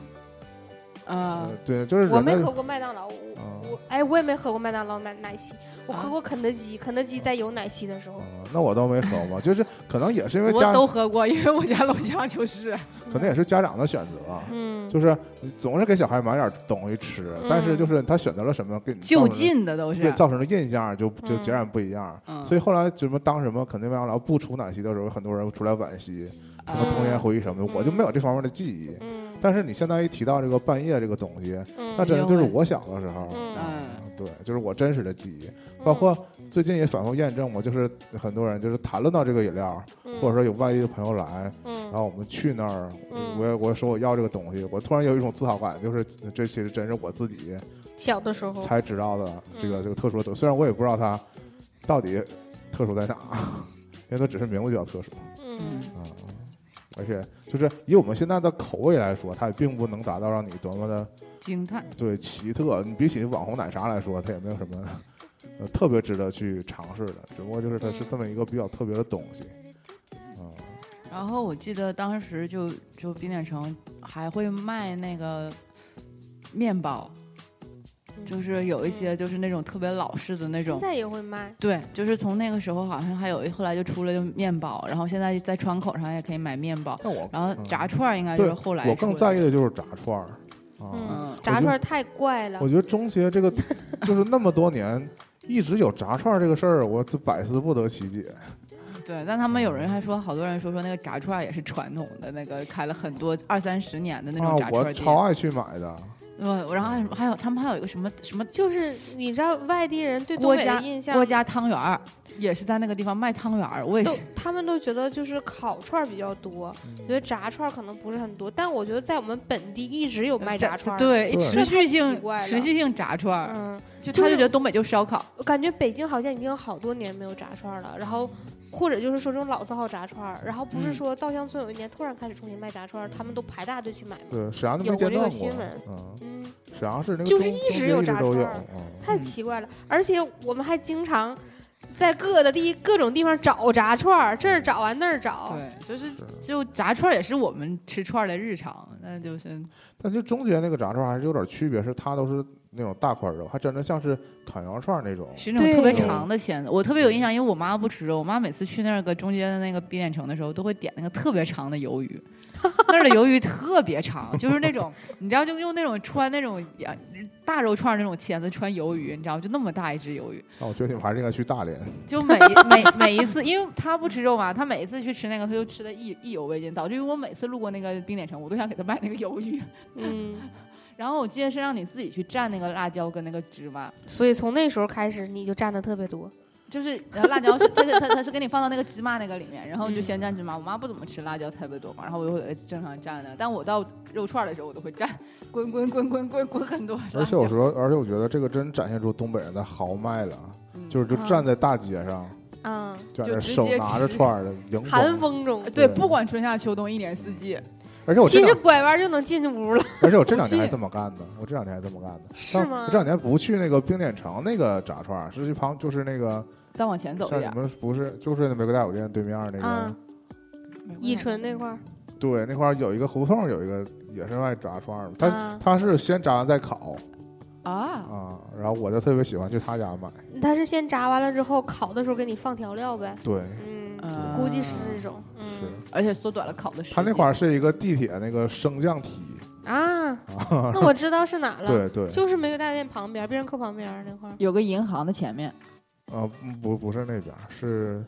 Speaker 1: 呃，对，就是
Speaker 3: 我
Speaker 1: 人
Speaker 3: 没
Speaker 1: 的
Speaker 3: 喝过麦当劳，我
Speaker 1: 啊
Speaker 3: 我哎，我也没喝过麦当劳奶奶昔，我
Speaker 2: 啊
Speaker 3: 喝过肯德基，肯德基在有奶昔的时候
Speaker 1: 啊，那我倒没喝过，就是可能也是因为
Speaker 2: 我
Speaker 1: 家，
Speaker 2: 都喝过，因为我家楼下就是。
Speaker 1: 可能也是家长的选择，啊
Speaker 3: 嗯，
Speaker 1: 就是你总是给小孩买点东西吃，但是就是他选择了什么，给你造
Speaker 2: 嗯就
Speaker 1: 成
Speaker 2: 近的都
Speaker 1: 对
Speaker 2: 是。
Speaker 1: 造成的印象就就
Speaker 3: 嗯
Speaker 1: 截然不一样。
Speaker 2: 嗯
Speaker 1: 所以后来什么当什么肯定麦当劳不出奶昔的时候，很多人出来惋惜，什
Speaker 2: 啊
Speaker 1: 么童年回忆什么的，
Speaker 3: 嗯
Speaker 1: 我就没有这方面的记忆。
Speaker 3: 嗯
Speaker 1: 但是你现在一提到这个半夜这个东西，
Speaker 3: 嗯
Speaker 1: 那真的就是我小的时候，
Speaker 3: 嗯
Speaker 1: 啊
Speaker 2: 嗯
Speaker 1: 对，就是我真实的记忆。包括最近也反复验证嘛，就是很多人就是谈论到这个饮料，或者
Speaker 3: 说，
Speaker 1: 说哦有外地的朋友来，
Speaker 3: 嗯
Speaker 1: 然后我们去那儿，
Speaker 3: 嗯
Speaker 1: 我也我说我要这个东西，我突然有一种自豪感，就是这其实真是我自己
Speaker 3: 小的时候，
Speaker 1: 才知道的这个
Speaker 3: 哦嗯
Speaker 1: 这个特殊的东西，虽然我也不知道它到底特殊在哪， 因为它只是名字叫特殊
Speaker 3: 嗯
Speaker 1: 啊、而且就是以我们现在的口味来说，它也并不能达到让你多么的
Speaker 2: 惊叹。
Speaker 1: 对奇特。你比起网红奶茶来说，它也没有什么 呃特别值得去尝试的，只不过就是它
Speaker 3: 嗯
Speaker 1: 是这么一个比较特别的东西。啊、
Speaker 2: 然后我记得当时就就冰点城还会卖那个面包，嗯就是有一些就是那种特别老式的那
Speaker 3: 嗯现
Speaker 2: 种。
Speaker 3: 在也会卖，
Speaker 2: 对，就是从那个时候好像还有一，后来就出了就面包，然后现在在窗口上也可以买面包，
Speaker 1: 那我
Speaker 2: 然后炸串儿应该
Speaker 1: 嗯对
Speaker 2: 就是后来
Speaker 1: 我更
Speaker 2: 出的
Speaker 1: 在意的就是炸串儿啊。
Speaker 2: 嗯
Speaker 3: 嗯，炸串儿太怪了
Speaker 1: 我，觉得中学 这个就是那么多年一直有炸串儿这个事儿，我就百思不得其解。
Speaker 2: 对，但他们有人还说，好多人说说那个炸串儿也是传统的那个开了很多二三十年的那
Speaker 1: 啊
Speaker 2: 种炸，串
Speaker 1: 我
Speaker 2: 儿店。
Speaker 1: 超爱去买的。
Speaker 2: 嗯，我然后还有什么还有他们还有一个什么什么
Speaker 3: 就是你知道外地人对东
Speaker 2: 郭
Speaker 3: 北
Speaker 2: 家
Speaker 3: 的印象
Speaker 2: 郭，家汤圆儿，也是在那个地方卖汤圆儿。我也
Speaker 3: 都
Speaker 2: 是，
Speaker 3: 他们都觉得就是烤串儿比较多，觉得炸串儿可能不是很多，但我觉得在我们本地一直有卖炸串
Speaker 2: 呃
Speaker 3: 儿，，
Speaker 2: 对，
Speaker 1: 对
Speaker 2: 持续
Speaker 3: 这太奇
Speaker 2: 性
Speaker 3: 怪了
Speaker 2: 持续性炸串儿，
Speaker 3: 嗯，
Speaker 2: 就
Speaker 3: 就
Speaker 2: 他就是觉得东北就是烧烤，
Speaker 3: 我感觉北京好像已经有好多年没有炸串儿了，然后或者就是说这种老字号炸串儿，然后不是
Speaker 2: 嗯
Speaker 3: 说稻香村有一年突然开始重新卖炸串儿，他们都排大队去买吗？
Speaker 1: 对，沈阳都没
Speaker 3: 有过
Speaker 1: 间
Speaker 3: 这个
Speaker 1: 断过
Speaker 3: 新闻。
Speaker 1: 嗯，
Speaker 3: 嗯，
Speaker 1: 沈阳市那个
Speaker 3: 就是
Speaker 1: 中
Speaker 3: 一
Speaker 1: 中
Speaker 3: 直
Speaker 1: 学
Speaker 3: 有
Speaker 1: 一直
Speaker 3: 炸
Speaker 1: 都
Speaker 3: 串
Speaker 1: 有。
Speaker 3: 儿
Speaker 1: 嗯
Speaker 3: 太
Speaker 2: 嗯
Speaker 3: 奇怪了，而且我们还经常在各的地各种地方找炸串儿，这儿找完那儿找，
Speaker 2: 对，就是
Speaker 1: 是
Speaker 2: 就炸串儿也是我们吃串儿的日常，那就是
Speaker 1: 但是中学那个炸串儿还是有点区别，是它都是那种大块肉，还真的像是烤羊肉串儿那种。
Speaker 2: 是那种特别
Speaker 3: 对
Speaker 2: 长的签子。我特别有印象，因为我妈不吃肉，我妈每次去那个中间的那个冰点城的时候，都会点那个特别长的鱿鱼。那儿的鱿鱼特别长，就是那种你知道，就用那种穿那种呃大肉串儿那种签子穿鱿鱼，你知道，就那么大一只鱿鱼。
Speaker 1: 那我觉得你们还是应该去大连。
Speaker 2: 就每每每一次，因为他不吃肉嘛，他每一次去吃那个，他就吃的意意犹未尽，导致于我每次路过那个冰点城，我都想给他买那个鱿鱼。
Speaker 3: 嗯，
Speaker 2: 然后我记得是让你自己去蘸那个辣椒跟那个芝麻，
Speaker 3: 所以从那时候开始你就占的特别多，
Speaker 2: 就是呃辣椒是它是它它是给你放到那个芝麻那个里面，然后就
Speaker 3: 嗯
Speaker 2: 先蘸芝麻。我妈不怎么吃辣椒特别多嘛，然后我就会正常蘸的，但我到肉串儿的时候，我都会蘸，滚滚滚滚滚滚很多辣
Speaker 1: 而且有
Speaker 2: 椒
Speaker 1: 时。候，而且我觉得这个真展现出东北人的豪迈了，
Speaker 2: 嗯
Speaker 1: 就是就
Speaker 3: 啊
Speaker 1: 站在大街上，
Speaker 3: 嗯，
Speaker 1: 就在那
Speaker 2: 就直
Speaker 1: 手
Speaker 2: 接
Speaker 1: 拿着
Speaker 2: 吃
Speaker 1: 串儿的迎
Speaker 3: 寒
Speaker 1: 风。
Speaker 3: 风中，
Speaker 2: 呃对，不管春夏秋冬，一年四季，
Speaker 1: 而且我这
Speaker 3: 其
Speaker 1: 两
Speaker 3: 实拐弯就能进屋了，
Speaker 1: 而且我这两
Speaker 2: 不
Speaker 1: 年还
Speaker 2: 信
Speaker 1: 这么干的，我这两年还这么干的。
Speaker 3: 是
Speaker 1: 上
Speaker 3: 吗
Speaker 1: 我这两年不去那个冰点城那个炸串儿，是去旁就是那个
Speaker 2: 再往前走一
Speaker 1: 像你
Speaker 2: 点。
Speaker 1: 们不是就是那玫瑰大酒店对面那个，
Speaker 3: 啊
Speaker 2: 美国
Speaker 3: 伊
Speaker 2: 那
Speaker 3: 春那块儿，
Speaker 1: 对那块儿有一个胡同有一个也是卖炸串儿的，他、
Speaker 3: 啊，
Speaker 1: 他是先炸完再烤
Speaker 2: 啊，
Speaker 1: 啊，然后我就特别喜欢去他家买，
Speaker 3: 他是先炸完了之后烤的时候给你放调料呗，
Speaker 1: 对，
Speaker 3: 嗯，
Speaker 2: 啊
Speaker 3: 估计是这种，
Speaker 1: 是
Speaker 3: 嗯
Speaker 2: 而且缩短了烤的时间。
Speaker 1: 他那块儿是一个地铁那个升降梯
Speaker 3: 啊，
Speaker 1: 啊，
Speaker 3: 那我知道是哪 了，
Speaker 1: 对对，
Speaker 3: 就是玫瑰大店旁边，必胜客旁边那块儿，
Speaker 2: 有个银行的前面，
Speaker 1: 啊不不是那边儿是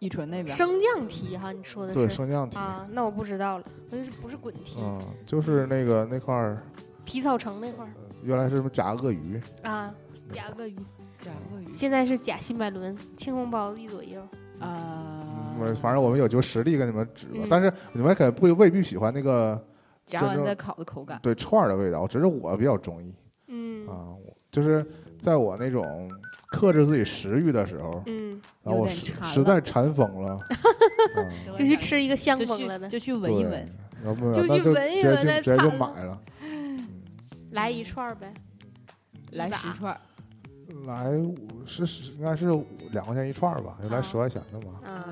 Speaker 2: 伊春那边。
Speaker 3: 升降梯哈，你说的
Speaker 1: 啊对
Speaker 3: 是。
Speaker 1: 升降梯，
Speaker 3: 啊，那我不知道了，我就是不是滚梯，
Speaker 1: 嗯，就是那个那块儿
Speaker 3: 皮草城那块儿
Speaker 1: 原来是什么炸鳄鱼，
Speaker 3: 啊，假鳄鱼，
Speaker 2: 甲鳄鱼
Speaker 3: 现在是假新百伦，青红包子一左一右，
Speaker 2: 啊，
Speaker 1: 嗯我反正我们有就实力跟你们指吧，
Speaker 3: 嗯
Speaker 1: 但是你们可不未必喜欢那个
Speaker 2: 夹完再烤的口感。
Speaker 1: 对串儿的味道，只是我比较中意
Speaker 3: 嗯
Speaker 1: 啊，我就是在我那种克制自己食欲的时候，
Speaker 3: 嗯，
Speaker 1: 然后我
Speaker 2: 有点
Speaker 1: 实
Speaker 2: 馋
Speaker 1: 实在馋疯了，啊
Speaker 3: 就去吃一个香
Speaker 2: 就
Speaker 3: 疯
Speaker 2: 去
Speaker 3: 了的，
Speaker 2: 就去闻
Speaker 1: 对，
Speaker 2: 一闻。
Speaker 1: 然后
Speaker 3: 就
Speaker 1: 那
Speaker 3: 去
Speaker 1: 就
Speaker 3: 闻
Speaker 1: 直
Speaker 3: 一
Speaker 1: 接
Speaker 3: 闻
Speaker 1: 去
Speaker 3: 再
Speaker 1: 直接就
Speaker 3: 馋
Speaker 1: 买了，嗯
Speaker 3: 来一串儿呗，
Speaker 2: 来
Speaker 3: 吧
Speaker 2: 十串儿，
Speaker 1: 来五是是应该是五两块钱一串儿吧，就来
Speaker 3: 啊
Speaker 2: 嗯
Speaker 1: 十块钱的嘛，嗯
Speaker 3: 啊，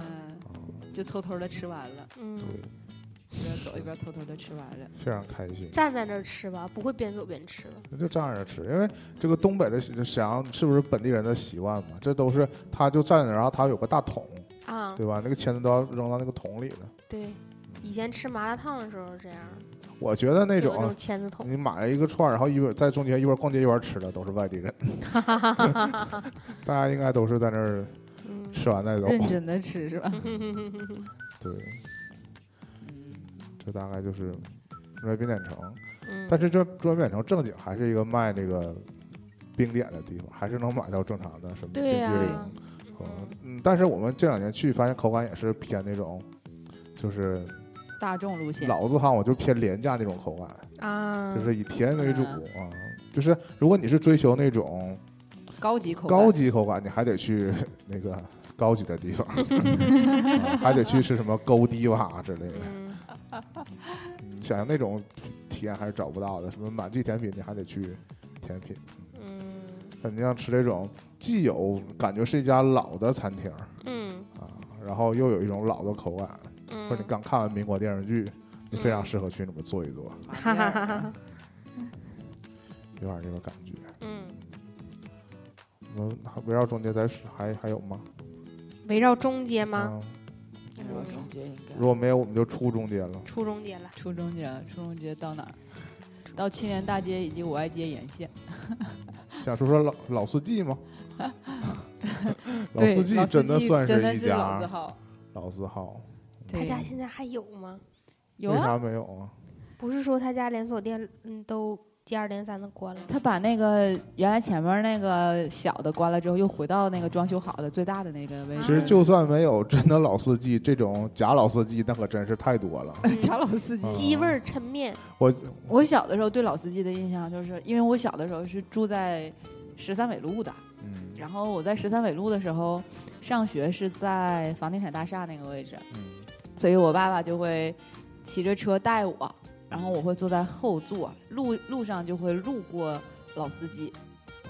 Speaker 2: 嗯，就偷偷的吃完了，
Speaker 3: 嗯，
Speaker 1: 对，
Speaker 2: 觉得走一边偷偷的吃完了。
Speaker 1: 非常开心。
Speaker 3: 站在那儿吃吧，不会边走边吃吧？
Speaker 1: 那就站着吃，因为这个东北的沈阳是不是本地人的习惯嘛？这都是他就站着，然后他有个大桶，
Speaker 3: 啊，
Speaker 1: 对吧？那个签子都要扔到那个桶里的。
Speaker 3: 对，以前吃麻辣烫的时候这样，
Speaker 1: 我觉得那
Speaker 3: 就有那
Speaker 1: 种啊
Speaker 3: 种签子桶，
Speaker 1: 你买了一个串儿，然后一会儿在中间一会儿逛街一会儿吃的都是外 地人， 大家应该都是在那儿
Speaker 3: 嗯，
Speaker 1: 吃完再走。
Speaker 2: 认真的吃是吧？
Speaker 1: 对，
Speaker 2: 嗯，
Speaker 1: 这大概就是中原冰点城。
Speaker 3: 嗯
Speaker 1: 但是这中原冰点城正经还是一个卖这个冰点的地方，还是能买到正常的什么冰
Speaker 3: 对啊
Speaker 1: 激
Speaker 3: 呀、
Speaker 1: 凌。呃嗯，但是我们这两年去发现口感也是偏那种，就是
Speaker 2: 大众路线，
Speaker 1: 老字号，我就偏廉价那种口感，
Speaker 3: 啊，
Speaker 1: 就是以甜为主
Speaker 2: 嗯
Speaker 1: 啊。就是如果你是追求那种
Speaker 2: 高级口感
Speaker 1: 高级口感，你还得去那个高级的地 方，啊还得去吃什么沟低洼之类的。
Speaker 3: 嗯，
Speaker 1: 你想想那种体验还是找不到的，什么满记甜品，你还得去甜品。
Speaker 3: 嗯
Speaker 1: 但你像吃这种，既有感觉是一家老的餐厅
Speaker 3: 嗯
Speaker 1: 啊，然后又有一种老的口感，
Speaker 3: 嗯，
Speaker 1: 或者你刚看完民国电视剧，你
Speaker 2: 嗯
Speaker 1: 非常适合去那么坐一坐，
Speaker 3: 哈哈哈哈，
Speaker 1: 有点这个感觉。
Speaker 3: 嗯，
Speaker 1: 我们还围绕中间咱是还还有吗？
Speaker 3: 围绕中间吗？
Speaker 1: 啊，
Speaker 2: 我中间应该
Speaker 1: 如果没有，我们就出中间了。
Speaker 3: 初中节了，
Speaker 2: 初中街，初中街到哪儿？到青年大街以及五爱街沿线，
Speaker 1: 想说说老老司机 吗？老
Speaker 2: 对，
Speaker 1: 司机
Speaker 2: 老
Speaker 1: 真的
Speaker 2: 机
Speaker 1: 算
Speaker 2: 真的
Speaker 1: 一
Speaker 2: 是老字
Speaker 1: 家
Speaker 2: 号。
Speaker 1: 老字号，
Speaker 3: 他
Speaker 2: 对
Speaker 3: 家现在还有吗？
Speaker 2: 有
Speaker 1: 为
Speaker 2: 啊，
Speaker 1: 啥没有啊？
Speaker 3: 不是说他家连锁店嗯都接二连三的 关了吗？
Speaker 2: 他把那个原来前面那个小的关了之后，又回到那个装修好的最大的那个位置。
Speaker 1: 其实就算没有真的老司机，这种假老司机那可真是太多了。
Speaker 2: 贾老司 机
Speaker 1: 嗯，
Speaker 3: 鸡味儿抻 面，
Speaker 1: 我
Speaker 2: 我小的时候对老司机的印象就是，因为我小的时候是住在十三纬路的，
Speaker 1: 嗯
Speaker 2: 然后我在十三纬路的时候上学是在房地产大厦那个位置，
Speaker 1: 嗯
Speaker 2: 所以我爸爸就会骑着车带我，然后我会坐在后座，路路上就会路过老司机，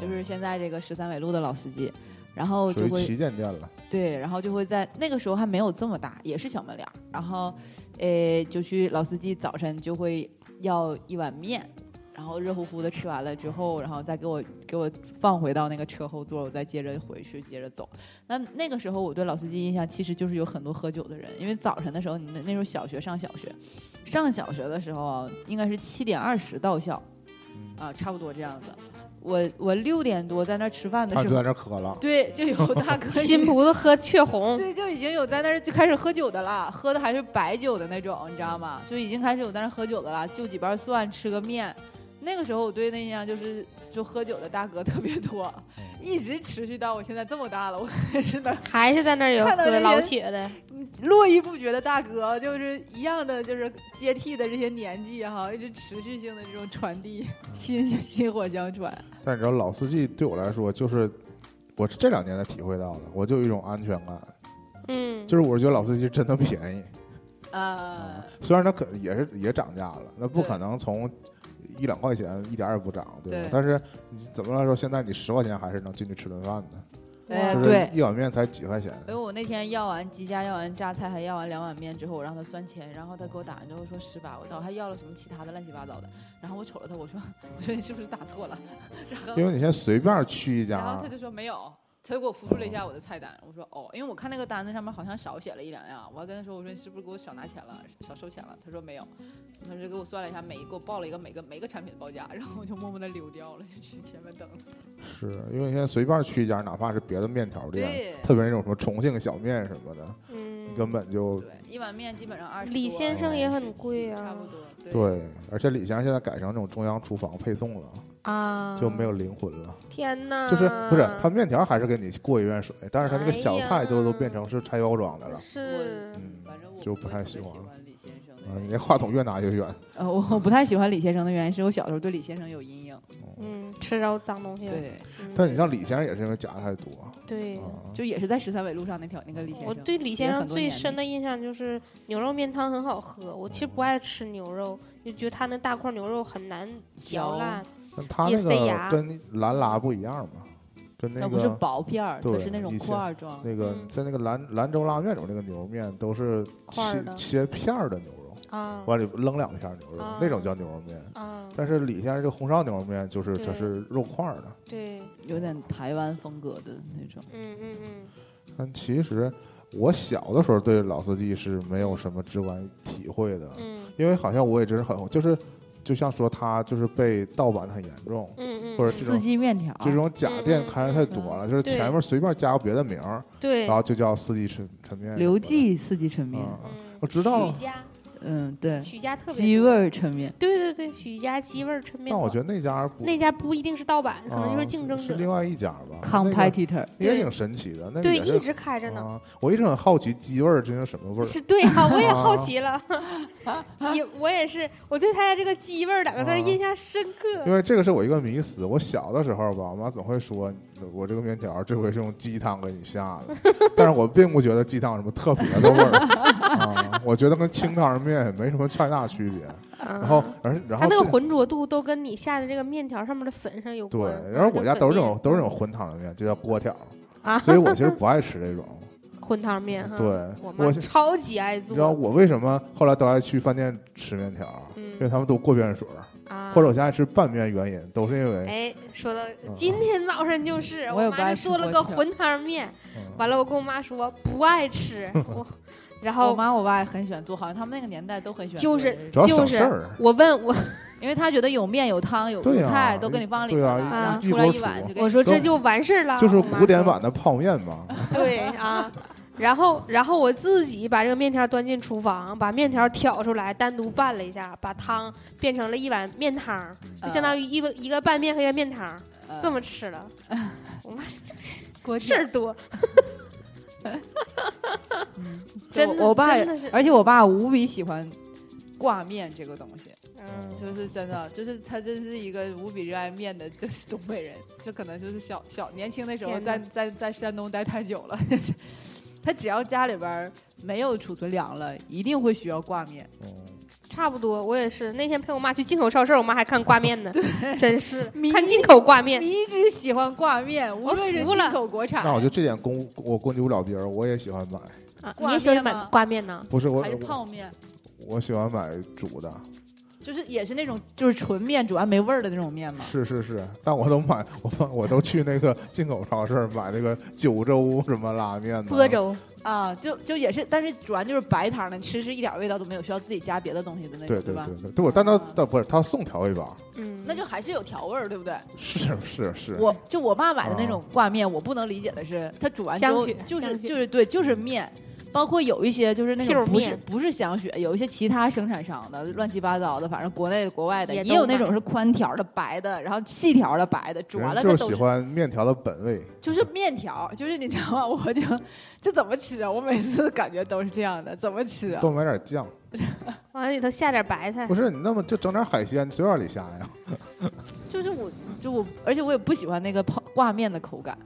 Speaker 2: 就是现在这个十三纬路的老司机，然后
Speaker 1: 哦属
Speaker 2: 就
Speaker 1: 于
Speaker 2: 会
Speaker 1: 旗舰店了。
Speaker 2: 对，然后就会在那个时候还没有这么大，也是小门脸儿。然后，呃，就去老司机早晨就会要一碗面，然后热乎乎的吃完了之后，然后再给我给我放回到那个车后座，我再接着回去接着走。那那个时候我对老司机印象其实就是有很多喝酒的人，因为早晨的时候，你那那时候小学上小学，上小学的时候啊，应该是七点二十到校，
Speaker 1: 嗯
Speaker 2: 啊，差不多这样子。我我六点多在那儿吃饭的
Speaker 1: 他
Speaker 2: 时
Speaker 1: 就
Speaker 2: 候
Speaker 1: 在，那儿喝了，
Speaker 2: 对，就有大 哥
Speaker 3: 新葡萄喝雀红，
Speaker 2: 对，就已经有在那儿就开始喝酒的了，喝的还是白酒的那种，你知道吗？就已经开始有在那儿喝酒的了，就几瓣蒜，吃个面。那个时候我对那印象就是，就喝酒的大哥 特别多，
Speaker 1: 嗯
Speaker 2: 一直持续到我现在这么大了，我还是能
Speaker 3: 还是在那儿有
Speaker 2: 看到
Speaker 3: 喝
Speaker 2: 人
Speaker 3: 老雪的，
Speaker 2: 络绎不绝的大哥，就是一样的，就是接替的这些年纪哈，一直持续性的这种传递， 薪薪火相传。
Speaker 1: 但你知道老司机对我来说，就是我是这两年才体会到的，我就有一种安全感，
Speaker 3: 嗯，
Speaker 1: 就是我是觉得老司机真的便宜，啊
Speaker 2: 呃，
Speaker 1: 虽然它可也是也涨价了，那不
Speaker 2: 对
Speaker 1: 可能从一两块钱一点儿也不涨，对吧？
Speaker 2: 对
Speaker 1: 但是你怎么来说，现在你十块钱还是能进去吃顿饭的，
Speaker 2: 哎
Speaker 3: 哇
Speaker 1: 就
Speaker 2: 对
Speaker 1: 是一碗面才几块钱，
Speaker 2: 因为哎我那天要完鸡架，要完榨菜，还要完两碗面之后，我让他算钱，然后他给我打完之后说十八，我我还要了什么其他的乱七八糟的，然后我瞅了他，我说我说你是不是打错了？ 然后
Speaker 1: 因为你现在随便去一
Speaker 2: 然
Speaker 1: 家
Speaker 2: 后他，就说没有，他就给我复述了一下我的菜单，我说哦，因为我看那个单子上面好像少写了一两样，我还跟他说我说你是不是给我少拿钱了，少收钱了？他说没有，他就给我算了一下，每一个给我报了一个每个每个产品的报价，然后我就默默的溜掉了，就去前面等了。
Speaker 1: 是因为你现在随便去一家，哪怕是别的面条店，
Speaker 2: 对
Speaker 1: 特别是那种什么重庆小面什么的，
Speaker 3: 嗯，
Speaker 1: 根本就
Speaker 2: 对，一碗面基本上二十。
Speaker 3: 李先
Speaker 1: 生也
Speaker 3: 很贵啊
Speaker 2: 差不多。对
Speaker 1: 对，而且李先生现在改成那种中央厨房配送了，
Speaker 3: 啊，
Speaker 1: 就没有灵魂了。
Speaker 3: 天呐，
Speaker 1: 就是不是他面条还是给你过一遍水，但是他那个小菜
Speaker 3: 嗯哎
Speaker 1: 都
Speaker 3: 呀
Speaker 1: 都变成是拆包装的了。
Speaker 3: 是
Speaker 1: 嗯
Speaker 2: 反正我
Speaker 1: 就
Speaker 2: 不
Speaker 1: 不
Speaker 2: 会
Speaker 1: 太
Speaker 2: 特
Speaker 1: 喜
Speaker 2: 别
Speaker 1: 欢了
Speaker 2: 李先生的
Speaker 1: 啊，
Speaker 2: 原
Speaker 1: 你
Speaker 2: 因
Speaker 1: 那话筒越拿越远。
Speaker 2: 呃，我我不太喜欢李先生的原因是我小时候对李先生有阴影。
Speaker 3: 嗯，吃着脏东西了，
Speaker 2: 对，
Speaker 3: 嗯
Speaker 1: 但你像李先生也是因为夹太多
Speaker 3: 对。
Speaker 1: 啊，
Speaker 2: 就也是在十三纬路上那条那个李先生。
Speaker 3: 我对李先
Speaker 2: 也
Speaker 3: 生
Speaker 2: 很多
Speaker 3: 最
Speaker 2: 年了
Speaker 3: 深的印象就是牛肉面汤很好喝，我其实不爱吃牛肉，就觉得他那大块牛肉很难嚼
Speaker 2: 嚼
Speaker 3: 烂。
Speaker 1: 但他
Speaker 3: 也
Speaker 1: 那
Speaker 3: 塞
Speaker 1: 个
Speaker 3: 牙
Speaker 1: 跟蓝拉不一样嘛，跟那
Speaker 2: 那不是
Speaker 1: 个
Speaker 2: 薄片儿，它
Speaker 1: 对
Speaker 2: 是那种
Speaker 1: 以前
Speaker 2: 块儿状。
Speaker 1: 那个
Speaker 3: 嗯
Speaker 1: 在那个兰兰州拉面里面那个牛肉面都是
Speaker 3: 块儿
Speaker 1: 切
Speaker 3: 的
Speaker 1: 切片儿的牛肉，
Speaker 3: 啊
Speaker 1: 往里扔两片牛肉，
Speaker 3: 啊
Speaker 1: 那种叫牛肉面。
Speaker 3: 啊，
Speaker 1: 但是李先生这红烧牛肉面就是它
Speaker 3: 对
Speaker 1: 是肉块儿的，
Speaker 3: 对，
Speaker 2: 有点台湾风格的那种。
Speaker 3: 嗯嗯嗯，
Speaker 1: 但其实我小的时候对老司机是没有什么直观体会的，
Speaker 3: 嗯
Speaker 1: 因为好像我也真是很就是就像说他就是被盗版的很严重，
Speaker 3: 嗯嗯，
Speaker 1: 或者这种
Speaker 2: 四季面条，
Speaker 1: 就这种假店开的太多了，就是
Speaker 3: 对
Speaker 1: 前面随便加个别的名儿，
Speaker 3: 对
Speaker 1: 然，后就叫四季抻抻面什么的。
Speaker 2: 刘记四季抻面，
Speaker 1: 啊，
Speaker 3: 嗯
Speaker 1: 我知道哎
Speaker 3: 许家，
Speaker 2: 嗯，对，
Speaker 3: 许家特别
Speaker 2: 鸡
Speaker 3: 多
Speaker 2: 味，儿抻面，
Speaker 3: 对对对，许家鸡味儿抻面
Speaker 1: 但
Speaker 3: 馆，
Speaker 1: 我觉得那家不
Speaker 3: 那家不一定是盗版，可能就
Speaker 1: 啊
Speaker 3: 是竞争
Speaker 1: 是
Speaker 3: 者，
Speaker 1: 另外一家吧。
Speaker 2: 康
Speaker 1: 啊那个
Speaker 2: 派 t e r
Speaker 1: 也
Speaker 3: 对
Speaker 1: 挺神奇的，那个
Speaker 3: 对，
Speaker 1: 也
Speaker 3: 一
Speaker 1: 是
Speaker 3: 直开着呢。
Speaker 1: 啊，我一直很好奇鸡味儿究竟什么味儿。
Speaker 3: 是对啊，我也好
Speaker 1: 啊
Speaker 3: 奇了，鸡，我也是，我对他家这个“鸡味儿”两个字儿
Speaker 1: 啊
Speaker 3: 印象深刻
Speaker 1: 因。为这个是我一个迷思。我小的时候吧，我妈总会说我这个面条儿这回是用鸡汤给你下 的，但是我并不觉得鸡汤有什么特别的味儿啊，我觉得跟清汤面也没什么太大区别。然
Speaker 3: 然
Speaker 1: 后，而然
Speaker 3: 嗯它
Speaker 1: 后
Speaker 3: 啊那
Speaker 1: 这
Speaker 3: 个浑浊度都跟你下的这个面条上面的粉上有
Speaker 1: 对
Speaker 3: 关。，
Speaker 1: 然后我家都是这
Speaker 3: 跟
Speaker 1: 种都是这种混汤的面，就叫锅条儿，
Speaker 3: 啊
Speaker 1: 所以我其实不爱吃 这种。
Speaker 3: 混汤面哈。
Speaker 1: 对，
Speaker 3: 我妈
Speaker 1: 我是
Speaker 3: 超级爱
Speaker 1: 你知道
Speaker 3: 做
Speaker 1: 我为什么后来都爱去饭店吃面条儿？
Speaker 3: 嗯
Speaker 1: 因为他们都过鸳水儿，
Speaker 3: 啊，
Speaker 1: 或者我现在吃拌面，原因都是因为
Speaker 3: 哎，说到
Speaker 1: 嗯
Speaker 3: 今天早上就是，
Speaker 2: 嗯我也不
Speaker 3: 妈
Speaker 2: 爱
Speaker 3: 就
Speaker 2: 吃
Speaker 3: 做了
Speaker 2: 锅
Speaker 3: 个
Speaker 2: 贴
Speaker 3: 混汤面，
Speaker 1: 嗯
Speaker 3: 完了我跟我妈说不爱 吃，我，然
Speaker 2: 我
Speaker 3: 后
Speaker 2: 妈我爸也很喜欢做，好像他们那个年代都很喜欢
Speaker 3: 就
Speaker 2: 做
Speaker 3: 是
Speaker 2: 这种，
Speaker 1: 主要
Speaker 3: 就
Speaker 1: 省
Speaker 3: 是
Speaker 1: 事儿。
Speaker 3: 我问我
Speaker 2: 因为他觉得有面有汤有
Speaker 1: 对
Speaker 2: 有
Speaker 1: 呀
Speaker 2: 菜都给你放里
Speaker 1: 对
Speaker 2: 面
Speaker 1: 呀
Speaker 2: 了，
Speaker 1: 一
Speaker 2: 然后
Speaker 1: 一
Speaker 2: 出来
Speaker 1: 锅
Speaker 2: 一碗
Speaker 1: 煮
Speaker 2: 就给
Speaker 3: 我
Speaker 2: 你
Speaker 3: 说这
Speaker 1: 都
Speaker 3: 就完事儿了，
Speaker 1: 就是
Speaker 3: 我妈
Speaker 1: 古典
Speaker 3: 说
Speaker 1: 版的泡面嘛，
Speaker 3: 对啊。然后，然后我自己把这个面条端进厨房，把面条挑出来，单独拌了一下，把汤变成了一碗面汤，
Speaker 2: 嗯
Speaker 3: 就相当于一个一个拌面和一个面汤，
Speaker 2: 呃
Speaker 3: 这么吃了。我妈
Speaker 2: 锅
Speaker 3: 事
Speaker 2: 贴
Speaker 3: 儿多，
Speaker 2: 嗯
Speaker 3: 真
Speaker 2: 我
Speaker 3: 的，
Speaker 2: 我爸也
Speaker 3: 真的是，
Speaker 2: 而且我爸无比喜欢挂面这个东西，
Speaker 3: 嗯
Speaker 2: 就是真的，就是他真是一个无比热爱面的，就是东北人，就可能就是小小年轻的时候
Speaker 3: 天
Speaker 2: 在
Speaker 3: 哪
Speaker 2: 在在山东待太久了，就是他只要家里边儿没有储存粮了，一定会需要挂面。
Speaker 1: 嗯
Speaker 3: 差不多。我也是那天陪我妈去进口超市，我妈还看挂 面呢，真是
Speaker 2: 迷
Speaker 3: 看进口挂面。
Speaker 2: 迷之喜欢挂面，无
Speaker 3: 我
Speaker 2: 论是
Speaker 3: 服
Speaker 2: 进
Speaker 3: 了
Speaker 2: 口国产
Speaker 1: 那我就这点攻我攻击不了别人，我也喜欢买，
Speaker 3: 啊，
Speaker 2: 挂
Speaker 3: 你也喜欢
Speaker 2: 面
Speaker 3: 买
Speaker 2: 吗
Speaker 3: 挂面呢？
Speaker 1: 不是我
Speaker 2: 还是
Speaker 1: 我
Speaker 2: 泡啊面，
Speaker 1: 我喜欢买煮的，
Speaker 2: 就是也是那种就是纯面，煮完没味儿的那种面嘛。
Speaker 1: 是是是，但我都买我放我都去那个进口超市买那个九州什么拉面呢，
Speaker 3: 播州，
Speaker 2: 啊，就就也是，但是主要就是白糖的，吃是一点味道都没有，需要自己加别的东西的那种，
Speaker 1: 对对
Speaker 2: 吧？
Speaker 1: 对对对，我但他
Speaker 2: 啊
Speaker 1: 但不是他送调味包，
Speaker 3: 嗯，
Speaker 2: 那就还是有调味儿，对不对？
Speaker 1: 是是是，
Speaker 2: 我就我爸买的
Speaker 1: 啊
Speaker 2: 那种挂面，我不能理解的是，它煮完之后
Speaker 3: 香雪
Speaker 2: 就
Speaker 3: 香
Speaker 2: 是
Speaker 3: 雪
Speaker 2: 就是对，就是
Speaker 1: 嗯
Speaker 2: 面，包括有一些就是那
Speaker 3: 片
Speaker 2: 种
Speaker 3: 儿
Speaker 2: 不是
Speaker 3: 面
Speaker 2: 不是香雪，有一些其他生产商的乱七八糟的，反正国内国外的
Speaker 3: 也
Speaker 2: 也
Speaker 3: 都
Speaker 2: 有那种是宽条的白的，然后细条的白的，煮完
Speaker 1: 人
Speaker 2: 了它
Speaker 1: 就
Speaker 2: 都
Speaker 1: 喜
Speaker 2: 是
Speaker 1: 欢面条的本味，
Speaker 2: 就是面条，就是你知道吗？ 我就这怎么吃啊？我每次感觉都是这样的，怎么吃啊？哎
Speaker 1: 多买点酱，
Speaker 3: 往里头下点白菜
Speaker 1: 不。是你那么就整点海鲜，谁往里下呀？
Speaker 2: 就是我就我，而且我也不喜欢那个泡挂面的口感，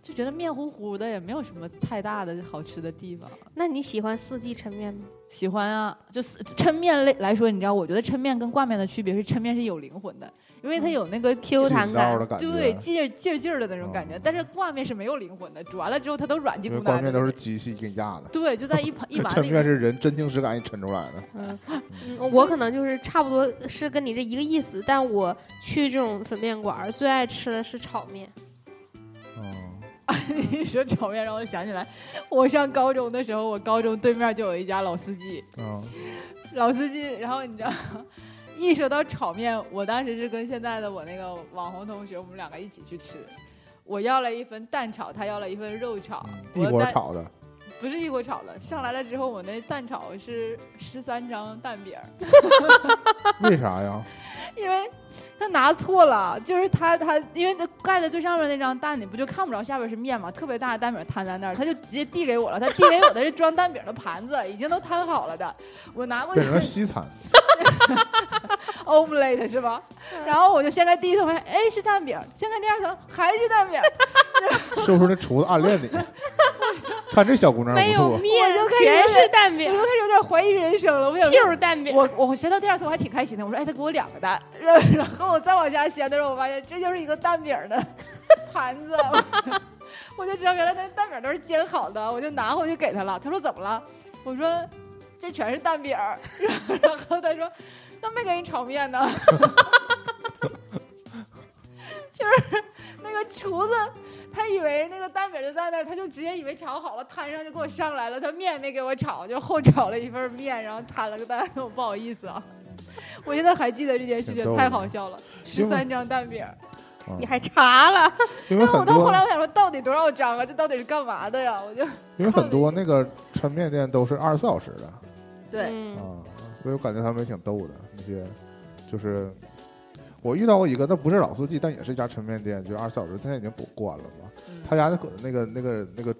Speaker 2: 就觉得面糊糊的，也没有什么太大的好吃的地方。
Speaker 3: 那你喜欢四季抻面吗？
Speaker 2: 喜欢啊，就是抻面类来说，你知道，我觉得抻面跟挂面的区别是，抻面是有灵魂的，因为它有那个
Speaker 3: Q 弹
Speaker 1: 筋
Speaker 3: 感
Speaker 1: 道的嗯感觉，
Speaker 2: 对劲儿劲儿劲儿的那种感
Speaker 1: 哦
Speaker 2: 觉，但是挂面是没有灵魂的，煮完了之后它都软叽
Speaker 1: 因
Speaker 2: 咕
Speaker 1: 为
Speaker 2: 哒
Speaker 1: 挂
Speaker 2: 的
Speaker 1: 面都是机器给压的。
Speaker 2: 对，就在一 盘一碗
Speaker 1: 抻
Speaker 2: 里
Speaker 1: 面
Speaker 2: 面。
Speaker 1: 是人真情实感给你抻出来的，
Speaker 3: 嗯，我可能就是差不多是跟你这一个意思，但我去这种粉面馆儿最爱吃的是炒面。
Speaker 1: 嗯，
Speaker 2: 你说炒面让我想起来，我上高中的时候，我高中对面就有一家老司机，
Speaker 1: 嗯，
Speaker 2: 老司机，然后你知道， 一说到炒面，我当时是跟现在的我那个网红同学，我们两个一起去吃。我要了一份蛋炒，他要了一份肉炒，
Speaker 1: 一
Speaker 2: 我
Speaker 1: 锅
Speaker 2: 蛋
Speaker 1: 炒的，
Speaker 2: 不是一锅炒的。上来了之后，我那蛋炒是十三张蛋饼儿，
Speaker 1: 为啥呀？
Speaker 2: 因为他拿错了，就是他他因为他盖在最上面那张蛋，你不就看不着下边是面嘛，特别大的蛋饼摊在那儿，他就直接递给我了。他递给我的是装蛋饼的盘子，已经都摊好了 的，我拿过去
Speaker 1: 变成了西餐，
Speaker 2: omelette 是吧？然后我就先看第一层，发现哎是蛋饼，先看第二层还是蛋饼，
Speaker 1: 是不是那厨子暗恋你？ 看这小姑娘
Speaker 3: 没
Speaker 1: 啊不
Speaker 3: 有
Speaker 1: 错，
Speaker 3: 面
Speaker 2: 我就开，始
Speaker 3: 全是蛋饼
Speaker 2: 我就开始有点怀疑人生了。我想说，
Speaker 3: ，Q 蛋饼。
Speaker 2: 我我先到第二层我还挺开心的，我说哎他给我两个蛋，然后 然后我再往下掀的时候，我发现这就是一个蛋饼的盘子， 我就知道原来那蛋饼都是煎好的，我就拿回去给他了。他说怎么了？我说。这全是蛋饼儿。然后他说，那没给你炒面呢。 就是那个厨子，他以为那个蛋饼就在那儿，他就直接以为炒好了，摊上就给我上来了。他面没给我炒，就后炒了一份面，然后摊了个蛋。 我不好意思啊，我现在还记得这件事
Speaker 1: 挺逗
Speaker 2: 情，
Speaker 1: 的
Speaker 2: 太好笑了。
Speaker 1: 因
Speaker 2: 十
Speaker 1: 为
Speaker 2: 三张蛋饼儿，
Speaker 1: 嗯
Speaker 3: 你还查了？
Speaker 1: 因为
Speaker 2: 因为 我
Speaker 1: 很
Speaker 2: 到后
Speaker 1: 多
Speaker 2: 来我想说，到底多少张啊？这到底是干嘛的呀？我就
Speaker 1: 因为很多那个抻面店都是二十四小时的
Speaker 2: 对，
Speaker 3: 嗯
Speaker 1: 啊，所以我感觉他们也挺逗的。那些就是我遇到过一个，那不是老司机，但也是一家抻面店，就是二十四小时，现在已经不关了嘛。他家那个那个那个那个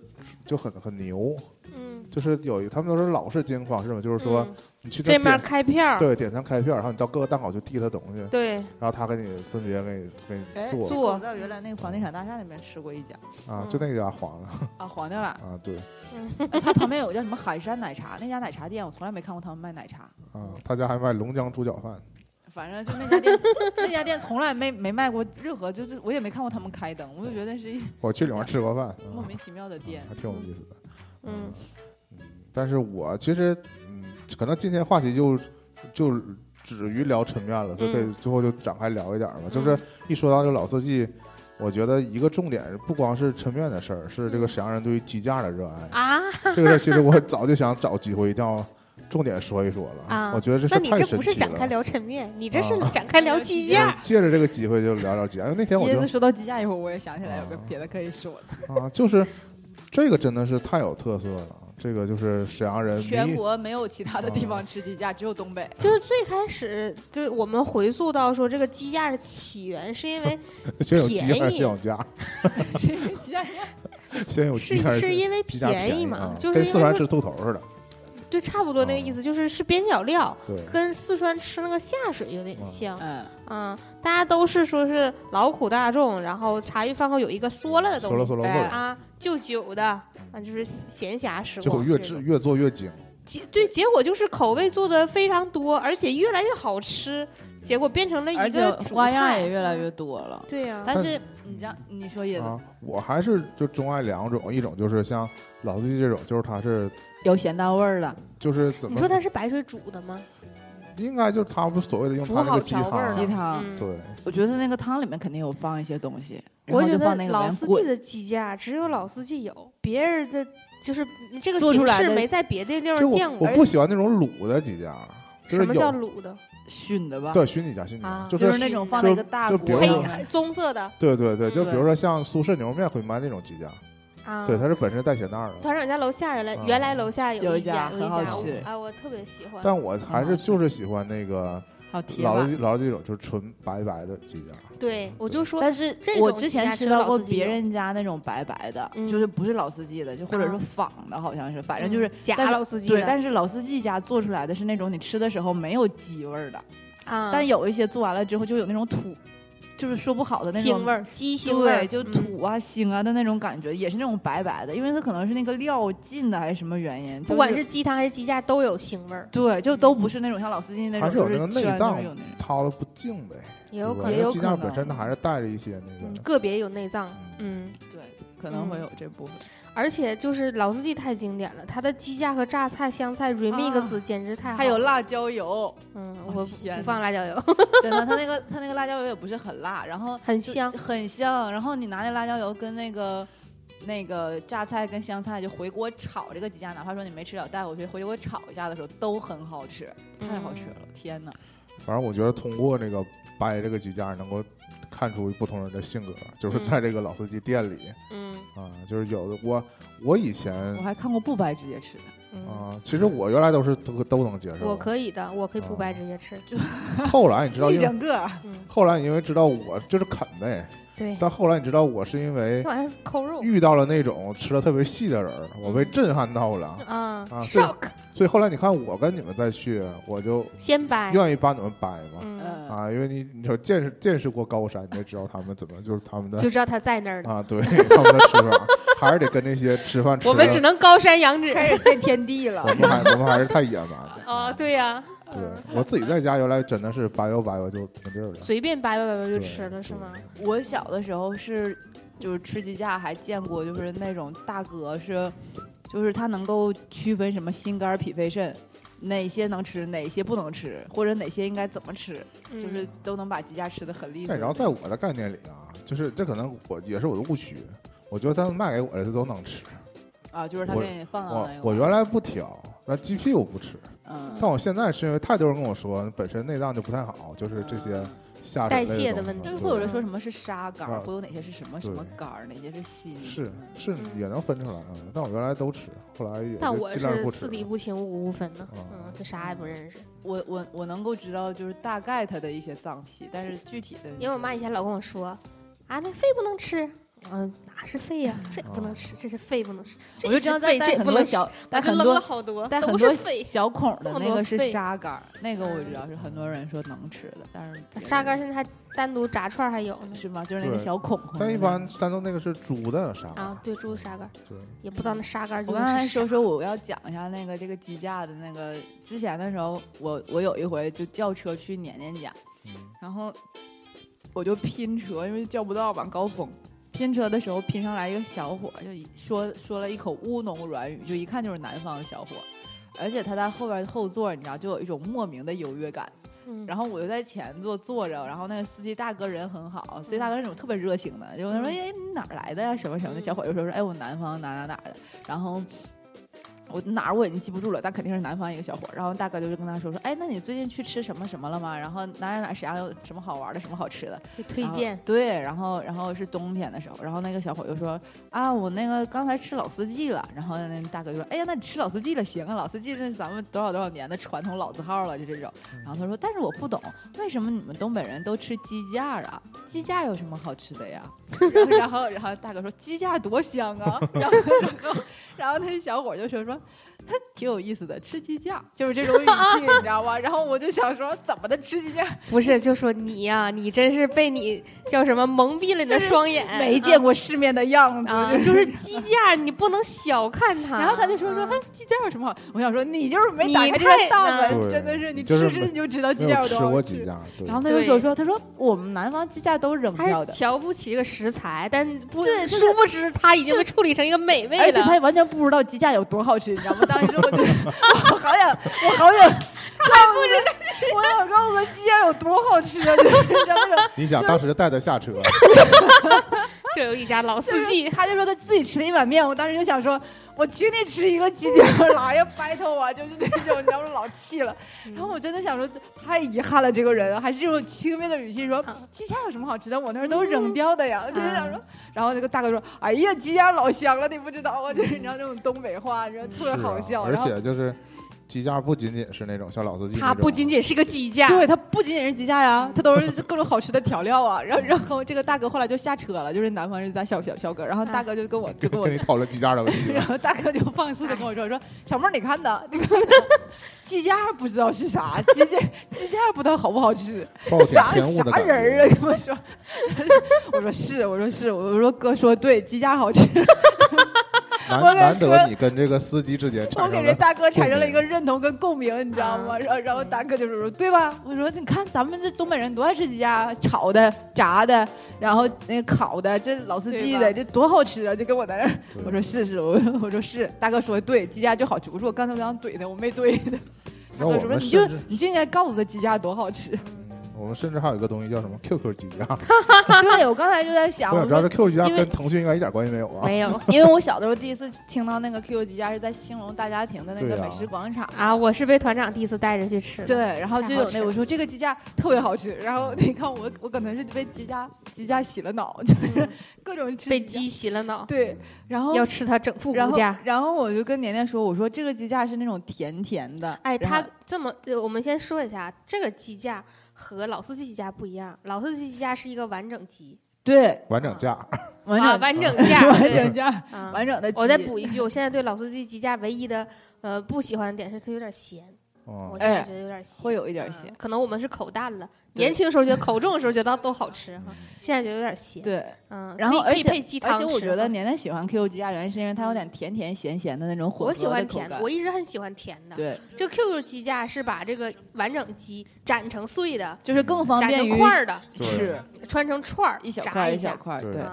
Speaker 1: 就很很牛，
Speaker 3: 嗯，
Speaker 1: 就是有一他们都是老式经营方式嘛，就是说
Speaker 3: 嗯
Speaker 1: 你去那
Speaker 3: 这面
Speaker 1: 点
Speaker 3: 开票，
Speaker 1: 对点餐开票，然后你到各个档口去递他东西，
Speaker 3: 对
Speaker 1: 然后他给你分别给你给
Speaker 2: 哎
Speaker 1: 你做
Speaker 3: 做
Speaker 2: 我在原来那个房地产大厦那边吃过一家
Speaker 1: 啊，
Speaker 3: 嗯
Speaker 1: 就那个家黄了
Speaker 2: 啊，黄掉了。
Speaker 1: 啊，对
Speaker 2: 哎它旁边有个叫什么海山奶茶，那家奶茶店我从来没看过他们卖奶茶，
Speaker 1: 啊，他家还卖龙江猪脚饭。
Speaker 2: 反正就那家店， 那家店从来没没卖过任何，就是我也没看过他们开灯，我就觉得是一
Speaker 1: 我去里面吃过饭，
Speaker 2: 莫
Speaker 1: 啊
Speaker 2: 名其妙的店。
Speaker 1: 还挺有意思的。
Speaker 3: 嗯
Speaker 1: 嗯，但是我其实嗯，可能今天话题就就止于聊抻面了，所以
Speaker 3: 嗯
Speaker 1: 最后就展开聊一点儿吧。就是一说到这老司机，我觉得一个重点不光是抻面的事儿，是这个
Speaker 3: 嗯
Speaker 1: 沈阳人对于鸡架的热爱。
Speaker 3: 啊，
Speaker 1: 这个事儿其实我早就想找机会一定要重点说一说了。
Speaker 3: 啊
Speaker 1: 我觉得这
Speaker 3: 那
Speaker 1: 事
Speaker 3: 你
Speaker 1: 太
Speaker 3: 这
Speaker 1: 神
Speaker 3: 不
Speaker 1: 奇
Speaker 3: 是
Speaker 1: 了。
Speaker 3: 展开聊抻面，你这是
Speaker 1: 啊
Speaker 3: 展开聊鸡架。
Speaker 1: 借着这个机会就聊聊鸡架，因为那天我
Speaker 2: 椰
Speaker 1: 就
Speaker 2: 子说到鸡架以后，我也想起来
Speaker 3: 嗯
Speaker 2: 有个
Speaker 1: 啊
Speaker 2: 别的可以说的，
Speaker 1: 啊，就是这个真的是太有特色了。这个就是沈阳人
Speaker 2: 全
Speaker 1: 迷
Speaker 2: 国没有其他的地
Speaker 3: 嗯
Speaker 1: 啊
Speaker 2: 方吃鸡架，只有东 北。
Speaker 3: 就是最开始，就是我们回溯到说这个鸡架的起源，是因为
Speaker 1: 先有鸡
Speaker 3: 便
Speaker 1: 还是
Speaker 3: 宜
Speaker 1: 先有家？
Speaker 2: 这个鸡架店
Speaker 1: 先有
Speaker 3: 是
Speaker 1: 鸡还
Speaker 3: 是因为
Speaker 1: 鸡架便
Speaker 3: 便宜
Speaker 1: 啊
Speaker 3: 嘛，就是
Speaker 1: 跟
Speaker 3: 因
Speaker 1: 四川
Speaker 3: 为
Speaker 1: 吃
Speaker 3: 说
Speaker 1: 兔头似的。
Speaker 3: 就差不多那个意思，就是是边角料，
Speaker 1: 对，
Speaker 3: 跟四川吃那个下水有点像。
Speaker 2: 嗯，
Speaker 3: 嗯，大家都是说是劳苦大众，然后茶余饭后有一个嗦了的
Speaker 1: 嗦
Speaker 3: 东
Speaker 1: 了
Speaker 3: 西
Speaker 1: 嗦了味儿，
Speaker 3: 啊，就酒的啊，就是闲暇时
Speaker 1: 结果
Speaker 3: 光
Speaker 1: 越
Speaker 3: 这
Speaker 1: 制
Speaker 3: 种。
Speaker 1: 越做越精。
Speaker 3: 结对，结果就是口味做的非常多，而且越来越好吃，结果变成了
Speaker 2: 而
Speaker 3: 一
Speaker 2: 且
Speaker 3: 个主
Speaker 2: 花样
Speaker 3: 菜
Speaker 2: 也越来越多了。
Speaker 3: 对呀、
Speaker 2: 但是你这样，你说椰子
Speaker 1: 啊，我还是就钟爱两种，一种就是像老司机这种，就是他是
Speaker 2: 有咸淡味儿了，
Speaker 1: 就是怎么
Speaker 3: 你说它是白水煮的吗？
Speaker 1: 应该就是他不是所谓的用
Speaker 3: 煮
Speaker 1: 他那
Speaker 3: 好
Speaker 1: 个鸡
Speaker 3: 调味
Speaker 1: 汤，啊
Speaker 3: 儿了
Speaker 2: 鸡汤。
Speaker 3: 嗯，
Speaker 1: 对，
Speaker 2: 我觉得那个汤里面肯定有放一些东西，然
Speaker 3: 我
Speaker 2: 后
Speaker 3: 觉
Speaker 2: 就
Speaker 3: 得
Speaker 2: 放那个
Speaker 3: 老
Speaker 2: 圆
Speaker 3: 司
Speaker 2: 滚
Speaker 3: 机的鸡架啊只有老司机有，别人的就是这个
Speaker 2: 做出
Speaker 3: 形
Speaker 2: 来
Speaker 3: 式
Speaker 2: 的
Speaker 3: 没在别的地
Speaker 1: 就
Speaker 3: 方
Speaker 1: 我
Speaker 3: 见过
Speaker 1: 我。不喜欢那种卤的鸡架，就
Speaker 3: 什
Speaker 1: 是
Speaker 3: 么叫
Speaker 1: 有
Speaker 3: 卤的？
Speaker 2: 熏的吧？
Speaker 1: 对熏鸡架熏鸡架，
Speaker 3: 啊
Speaker 1: 就
Speaker 2: 就是那种放在
Speaker 1: 就
Speaker 2: 一个大
Speaker 1: 就
Speaker 2: 锅
Speaker 1: 比如
Speaker 2: 里
Speaker 1: 说
Speaker 2: 面，
Speaker 3: 棕色的
Speaker 1: 对对对，就
Speaker 2: 嗯
Speaker 1: 比如说像苏式牛肉面会卖那种鸡架，
Speaker 3: 啊。
Speaker 1: 对，它是本身带咸蛋儿的。
Speaker 3: 团长家楼下原来
Speaker 1: 啊
Speaker 3: 原来楼下
Speaker 2: 有
Speaker 3: 一
Speaker 2: 一家
Speaker 3: 有一
Speaker 2: 很好
Speaker 3: 我
Speaker 1: 吃
Speaker 3: 啊，我特别喜欢。
Speaker 1: 但我还是
Speaker 2: 嗯
Speaker 1: 就是喜欢那个
Speaker 2: 还有铁
Speaker 1: 老
Speaker 2: 板
Speaker 1: 的。老的这种，就是纯白白的鸡架。
Speaker 3: 对，我就说
Speaker 2: 但是
Speaker 3: 这
Speaker 2: 我
Speaker 3: 种
Speaker 2: 之
Speaker 3: 鸡
Speaker 2: 前
Speaker 3: 架
Speaker 2: 吃
Speaker 3: 只有
Speaker 2: 到
Speaker 3: 老
Speaker 2: 过
Speaker 3: 司机
Speaker 2: 别
Speaker 3: 有
Speaker 2: 人家那种白白的，
Speaker 3: 嗯
Speaker 2: 就是不是老司机的，就或者
Speaker 3: 啊
Speaker 2: 说仿的，好像是，反正就是。
Speaker 3: 嗯假
Speaker 2: 但是
Speaker 3: 老司机的，
Speaker 2: 对，但是老司机家做出来的是那种你吃的时候没有鸡味儿的，
Speaker 3: 啊，
Speaker 2: 但有一些做完了之后就有那种土，就是说不好的那种
Speaker 3: 腥味儿，鸡腥味儿
Speaker 2: 对，就
Speaker 3: 嗯
Speaker 2: 土啊、腥啊的那种感觉，也是那种白白的，因为它可能是那个料进的还是什么原因，
Speaker 3: 不
Speaker 2: 就
Speaker 3: 管是鸡汤还是鸡架都有腥味儿，
Speaker 2: 对，就都不是那种像老司机那
Speaker 1: 还
Speaker 2: 种，
Speaker 1: 是有
Speaker 2: 就
Speaker 1: 那个内
Speaker 2: 圈
Speaker 1: 脏
Speaker 2: 那儿有那种
Speaker 1: 掏的不净呗，
Speaker 3: 也有
Speaker 1: 对
Speaker 3: 可
Speaker 1: 吧
Speaker 3: 能
Speaker 2: 也
Speaker 1: 那
Speaker 2: 有
Speaker 1: 鸡
Speaker 2: 可
Speaker 1: 架
Speaker 2: 能
Speaker 1: 本身它还是带着一些那
Speaker 3: 嗯
Speaker 1: 个，
Speaker 3: 个别有内脏，嗯，
Speaker 2: 对，可能会
Speaker 3: 嗯
Speaker 2: 有这部分。
Speaker 3: 而且就是老司机太经典了，他的鸡架和榨菜、香菜 remix 简直太好了
Speaker 2: 还有，辣椒油，
Speaker 3: 嗯，
Speaker 2: 哦
Speaker 3: 我
Speaker 2: 天
Speaker 3: 不
Speaker 2: 哪
Speaker 3: 放辣椒 油，
Speaker 2: 真的，它那个它那个辣椒油也不是很辣，然后
Speaker 3: 很
Speaker 2: 就
Speaker 3: 香
Speaker 2: 很香。然后你拿那辣椒油跟那个那个榨菜跟香菜就回锅炒这个鸡架，哪怕说你没吃了带回去回锅炒一下的时候都很好吃，太好
Speaker 3: 嗯
Speaker 2: 吃了，天哪！
Speaker 1: 反正我觉得通过这个掰这个鸡架能够看出不同人的性格，就是在这个老司机店里
Speaker 3: 嗯
Speaker 1: 啊，就是有的我我以前
Speaker 2: 我还看过不掰直接吃的，
Speaker 3: 嗯，
Speaker 1: 啊，其实我原来都是都都能接受，
Speaker 3: 我可以的，我可以
Speaker 1: 哦
Speaker 3: 不掰直接吃，
Speaker 1: 后来你知道
Speaker 2: 一
Speaker 1: 因为
Speaker 2: 整个
Speaker 3: 嗯，
Speaker 1: 后来你因为知道我就是啃呗，
Speaker 3: 对，
Speaker 1: 但后来你知道我是因为
Speaker 3: 那玩意儿扣肉
Speaker 1: 遇到了那种吃的特别细的人儿，我被震撼到了。
Speaker 3: 啊
Speaker 1: 啊是
Speaker 3: ，shock
Speaker 1: 所以后来你看我跟你们再去，我就
Speaker 3: 先掰，
Speaker 1: 愿意帮你们掰嘛。
Speaker 3: 哎嗯，
Speaker 2: 嗯，
Speaker 1: 啊，因为你你有见识见识过高山，你就知道他们怎么就是他们的
Speaker 3: 就知道他在那儿了，
Speaker 1: 啊，对 他们的吃法，还是得跟那些吃饭吃的
Speaker 3: 我们只能高山仰止，
Speaker 2: 开始见天地了
Speaker 1: 我。们还我们还是太野蛮了。
Speaker 3: 哦，对呀，嗯
Speaker 1: 对，我自己在家原来真的是掰悠掰悠就没地儿了，
Speaker 3: 随便掰掰掰掰就
Speaker 1: 对
Speaker 3: 吃了是吗？？
Speaker 2: 我小的时候是，就是吃鸡架还见过，就是那种大哥是，就是他能够区分什么心肝脾肺肾，哪些能吃，哪些不能吃，或者哪些应该怎么吃，
Speaker 3: 嗯
Speaker 2: 就是都能把鸡架吃的很利索。
Speaker 1: 但然后在我的概念里啊，就是这可能我也是我的误区，我觉得他们卖给我的这都能吃。
Speaker 2: 啊，就是他
Speaker 1: 我
Speaker 2: 给你放到
Speaker 1: 我
Speaker 3: 哎
Speaker 2: 那个，
Speaker 1: 我原来不挑，那鸡屁股不吃，
Speaker 2: 嗯，
Speaker 1: 但我现在是因为太多人跟我说本身内脏就不太好，就是这些
Speaker 2: 嗯
Speaker 1: 下水
Speaker 3: 代
Speaker 1: 类的
Speaker 3: 谢
Speaker 1: 东
Speaker 3: 的
Speaker 1: 西
Speaker 3: 问题
Speaker 2: 就
Speaker 1: 对
Speaker 2: 是会有人说什么是沙杆儿，
Speaker 1: 啊
Speaker 2: 会有哪些是什么什么杆儿，哪些是心，
Speaker 1: 是是
Speaker 2: 嗯
Speaker 1: 也能分出来啊，但我原来都吃，后来也
Speaker 3: 但
Speaker 1: 就
Speaker 3: 我
Speaker 1: 尽量
Speaker 3: 是
Speaker 1: 不吃
Speaker 3: 四
Speaker 1: 了
Speaker 3: 底不清五无分呢，
Speaker 1: 哦
Speaker 3: 嗯，这啥也不认识。
Speaker 2: 我我我能够知道就是大概它的一些脏器，但是具体的
Speaker 3: 因为我妈以前老跟我说，啊，那肺不能吃。嗯，哪是肺呀、这不能吃，这是肺不能吃。这
Speaker 2: 我就
Speaker 3: 也
Speaker 2: 知道
Speaker 3: 是
Speaker 2: 在
Speaker 3: 肺，
Speaker 2: 带
Speaker 3: 这
Speaker 2: 很
Speaker 3: 不能
Speaker 2: 多
Speaker 3: 吃
Speaker 2: 小带
Speaker 3: 我就
Speaker 2: 很
Speaker 3: 扔了
Speaker 2: 多
Speaker 3: 好多，
Speaker 2: 带
Speaker 3: 都
Speaker 2: 很
Speaker 3: 是
Speaker 2: 多
Speaker 3: 肺。
Speaker 2: 小孔儿的
Speaker 3: 这么
Speaker 2: 那
Speaker 3: 多
Speaker 2: 个是
Speaker 3: 肺
Speaker 2: 沙杆儿，那个我知道是很多人说能吃的，但是
Speaker 3: 啊沙干现在还单独炸串儿还有呢。
Speaker 2: 是吗？就是那个
Speaker 1: 对
Speaker 2: 小孔孔的那个。
Speaker 1: 但一般山东那个是猪的啥
Speaker 3: 啊，对，猪沙干
Speaker 1: 对，
Speaker 3: 也不知道那沙干
Speaker 2: 我
Speaker 3: 究
Speaker 2: 刚
Speaker 3: 竟
Speaker 2: 才
Speaker 3: 是啥
Speaker 2: 说说我要讲一下那个这个鸡架的那个，之前的时候我我有一回就叫车去年年家，
Speaker 1: 嗯
Speaker 2: 然后我就拼车，因为叫不到嘛，高峰。拼车的时候拼上来一个小伙儿，就一说说了一口乌侬软语，就一看就是南方的小伙儿，而且他在后边后座，你知道就有一种莫名的优越感。
Speaker 3: 嗯
Speaker 2: 然后我就在前座坐着，然后那个司机大哥人很好，司机大哥是那种特别热情的，就说：“哎，你哪儿来的呀？什么什么的。”
Speaker 3: 嗯
Speaker 2: 小伙就说：“说哎，我南方哪哪哪儿的。”然后我哪儿我已经记不住了，但肯定是南方一个小伙。然后大哥就是跟他说：“说哎，那你最近去吃什么什么了吗？然后哪哪哪沈阳有什么好玩的，什么好吃的？
Speaker 3: 就推
Speaker 2: 然后
Speaker 3: 荐，
Speaker 2: 对，然后然后是冬天的时候，然后那个小伙就说啊，我那个刚才吃老司机了，然后那大哥就说，哎呀，那你吃老司机了，行啊，老司机这是咱们多少多少年的传统老字号了，就这种。然后他说，但是我不懂，为什么你们东北人都吃鸡架啊？鸡架有什么好吃的呀？ 然后然后然后大哥说鸡架多香啊， 然后然后然后那小伙就说说。他挺有意思的，吃鸡架就是这种语气，你知道吗？ 然后我就想说，怎么的吃鸡架？
Speaker 3: 不是就说你呀、你真是被你叫什么蒙蔽了你
Speaker 2: 就
Speaker 3: 的
Speaker 2: 是
Speaker 3: 双眼，
Speaker 2: 没见过世面的样子，
Speaker 3: 啊，就是鸡架，你不能小看它。
Speaker 2: 然后他就说说，
Speaker 3: 啊
Speaker 2: 哎，鸡架有什么好？我想说，你就是没打
Speaker 3: 你
Speaker 2: 开这个
Speaker 3: 太
Speaker 2: 大
Speaker 1: 对
Speaker 2: 门，真的是你
Speaker 1: 就是
Speaker 2: 吃吃
Speaker 1: 没
Speaker 2: 你就知道鸡
Speaker 1: 没
Speaker 2: 架
Speaker 1: 有
Speaker 2: 有
Speaker 1: 吃
Speaker 2: 多
Speaker 1: 过
Speaker 2: 好
Speaker 1: 几
Speaker 2: 吃。
Speaker 1: 家，对
Speaker 2: 然后他就说
Speaker 3: 对
Speaker 2: 说，他说我们南方鸡架都是扔
Speaker 3: 他
Speaker 2: 掉
Speaker 3: 是
Speaker 2: 的，
Speaker 3: 瞧不起这个食材，但不
Speaker 2: 对就是
Speaker 3: 殊不知它已经被处理成一个美味
Speaker 2: 而且他
Speaker 3: 了。
Speaker 2: 也完全不知道鸡架有多好吃，你知道吗？当时我 就我好想，我好想，他不知道，我想告诉他鸡架有多好吃啊！就是你知道那种
Speaker 1: 你想当时带他下车，
Speaker 3: 这有一家老
Speaker 2: 就
Speaker 3: 司
Speaker 2: 是
Speaker 3: 机，
Speaker 2: 他就说他自己吃了一碗面，我当时就想说，我请你吃一个鸡架，老要 battle 啊，就是那种，你知道吗？老气了。然后我真的想说，太遗憾了，这个人啊还是这种轻蔑的语气说
Speaker 3: 啊，
Speaker 2: 鸡架有什么好吃的？我那儿都是扔掉的呀。我就是想说，然后那个大哥说，哎呀，鸡架老香了，你不知道啊？就是你知道这种东北话，你知道 特别
Speaker 1: 是
Speaker 2: 好
Speaker 1: 啊
Speaker 2: 笑。
Speaker 1: 而
Speaker 2: 然后
Speaker 1: 且就是鸡架不仅仅是那种像老司机那种啊，
Speaker 3: 它不仅仅是个鸡架，
Speaker 2: 对，它不仅仅是鸡架呀，它都是各种好吃的调料啊。然后，然后这个大哥后来就下车了，就是南方人家小小小哥。然后大哥就跟我 就
Speaker 1: 跟
Speaker 2: 跟我
Speaker 1: 跟你讨论鸡架的问题
Speaker 2: 然
Speaker 1: 了，
Speaker 2: 后大哥就放肆的跟我说：“说小妹儿，你 看的，你看的，鸡架不知道是啥，鸡架鸡架不知道好不好吃，
Speaker 1: 暴殄
Speaker 2: 啥
Speaker 1: 天物的
Speaker 2: 啥
Speaker 1: 感觉
Speaker 2: 人儿啊？。跟我说， 我说是，我说是，我说哥说对，鸡架好吃。
Speaker 1: 难
Speaker 2: 我给
Speaker 1: 难得
Speaker 2: 哥
Speaker 1: 你跟这个司机之间
Speaker 2: 我
Speaker 1: 产
Speaker 2: 给
Speaker 1: 生
Speaker 2: 人
Speaker 1: 了嗯
Speaker 2: 大哥产生了一个认同跟共鸣，你知道吗？
Speaker 3: 啊
Speaker 2: 然后然后大哥就是说对吧？我说你看咱们这东北人多爱吃鸡架，炒的、炸的，然后那个烤的，这老司机的
Speaker 3: 对吧
Speaker 2: 这多好吃啊！就跟我在那儿。”
Speaker 1: 对嗯
Speaker 2: 我说是是，我我说是，大哥说对，鸡架就好吃。我说我刚才我想怼他，我没怼他。大
Speaker 1: 那
Speaker 2: 哥
Speaker 1: 我
Speaker 2: 说
Speaker 1: 们
Speaker 2: 你就
Speaker 1: 甚至
Speaker 2: 你就应该告诉他鸡架多好 吃。
Speaker 1: 我们甚至还有一个东西叫什么 QQ 啊鸡架，
Speaker 2: 对，我刚才就在想，
Speaker 1: 我
Speaker 2: 我
Speaker 1: 想知道这
Speaker 2: 说
Speaker 1: QQ 鸡架
Speaker 2: 因为
Speaker 1: 跟腾讯应该一点关系没有啊。
Speaker 3: 没有
Speaker 2: 因为我小的时候第一次听到那个 QQ 鸡架是在兴隆大家庭的那个
Speaker 1: 对啊
Speaker 2: 美食广场。
Speaker 3: 啊，我是被团长第一次带着去吃的。
Speaker 2: 对，然后
Speaker 3: 太
Speaker 2: 就
Speaker 3: 好
Speaker 2: 有
Speaker 3: 吃
Speaker 2: 那我
Speaker 3: 了
Speaker 2: 说这个鸡架特别好吃，然后你看我我可能是被鸡架鸡架洗了脑，就是
Speaker 3: 嗯
Speaker 2: 各种吃
Speaker 3: 被
Speaker 2: 架
Speaker 3: 鸡洗了脑，
Speaker 2: 对，然后
Speaker 3: 要吃它整副
Speaker 2: 然
Speaker 3: 骨
Speaker 2: 后
Speaker 3: 架。
Speaker 2: 然后我就跟年年说，我说这个鸡架是那种甜甜的，
Speaker 3: 哎，
Speaker 2: 然
Speaker 3: 它
Speaker 2: 后
Speaker 3: 这么，呃我们先说一下，这个鸡架和老司机鸡架不一样，老司机鸡架是一个完整鸡，
Speaker 2: 对
Speaker 1: 完整架，
Speaker 2: 完
Speaker 3: 啊，
Speaker 2: 整
Speaker 3: 完整 架，
Speaker 2: 完
Speaker 3: 对
Speaker 2: 整架
Speaker 3: 啊。
Speaker 2: 完整的鸡。
Speaker 3: 我再补一句，我现在对老司机鸡架唯一的呃不喜欢的点是它有点咸，我
Speaker 1: 嗯，
Speaker 3: 现在
Speaker 2: 哎
Speaker 3: 觉得哦有点咸，
Speaker 2: 会有一点
Speaker 3: 嗯
Speaker 2: 咸。
Speaker 3: 可能我们是口淡了，
Speaker 2: 对
Speaker 3: 年轻时候觉得口重的时候觉得哦都好吃哈
Speaker 1: 嗯，
Speaker 3: 现在觉得有点咸。
Speaker 2: 对，
Speaker 3: 嗯，
Speaker 2: 然后
Speaker 3: 可以可以
Speaker 2: 而且
Speaker 3: 配鸡
Speaker 2: 而
Speaker 3: 汤
Speaker 2: 且
Speaker 3: 吃。
Speaker 2: 我觉得年年喜欢 QQ 鸡架，啊原因是因为它有点甜甜咸咸的那种混合
Speaker 3: 我
Speaker 2: 的
Speaker 3: 喜欢
Speaker 2: 口
Speaker 3: 甜的，
Speaker 2: 感
Speaker 3: 我一直很喜欢甜的。
Speaker 2: 对，
Speaker 3: 这个 QQ 鸡架是把这个完整鸡斩成碎的，
Speaker 2: 就是更方
Speaker 3: 斩
Speaker 2: 便
Speaker 3: 成
Speaker 2: 于
Speaker 3: 块儿的，
Speaker 1: 嗯对
Speaker 2: 吃，
Speaker 3: 穿成串儿，
Speaker 2: 一小
Speaker 3: 炸
Speaker 2: 块儿
Speaker 3: 一
Speaker 2: 小
Speaker 3: 下。
Speaker 2: 块儿，
Speaker 1: 对
Speaker 2: 对。
Speaker 3: 嗯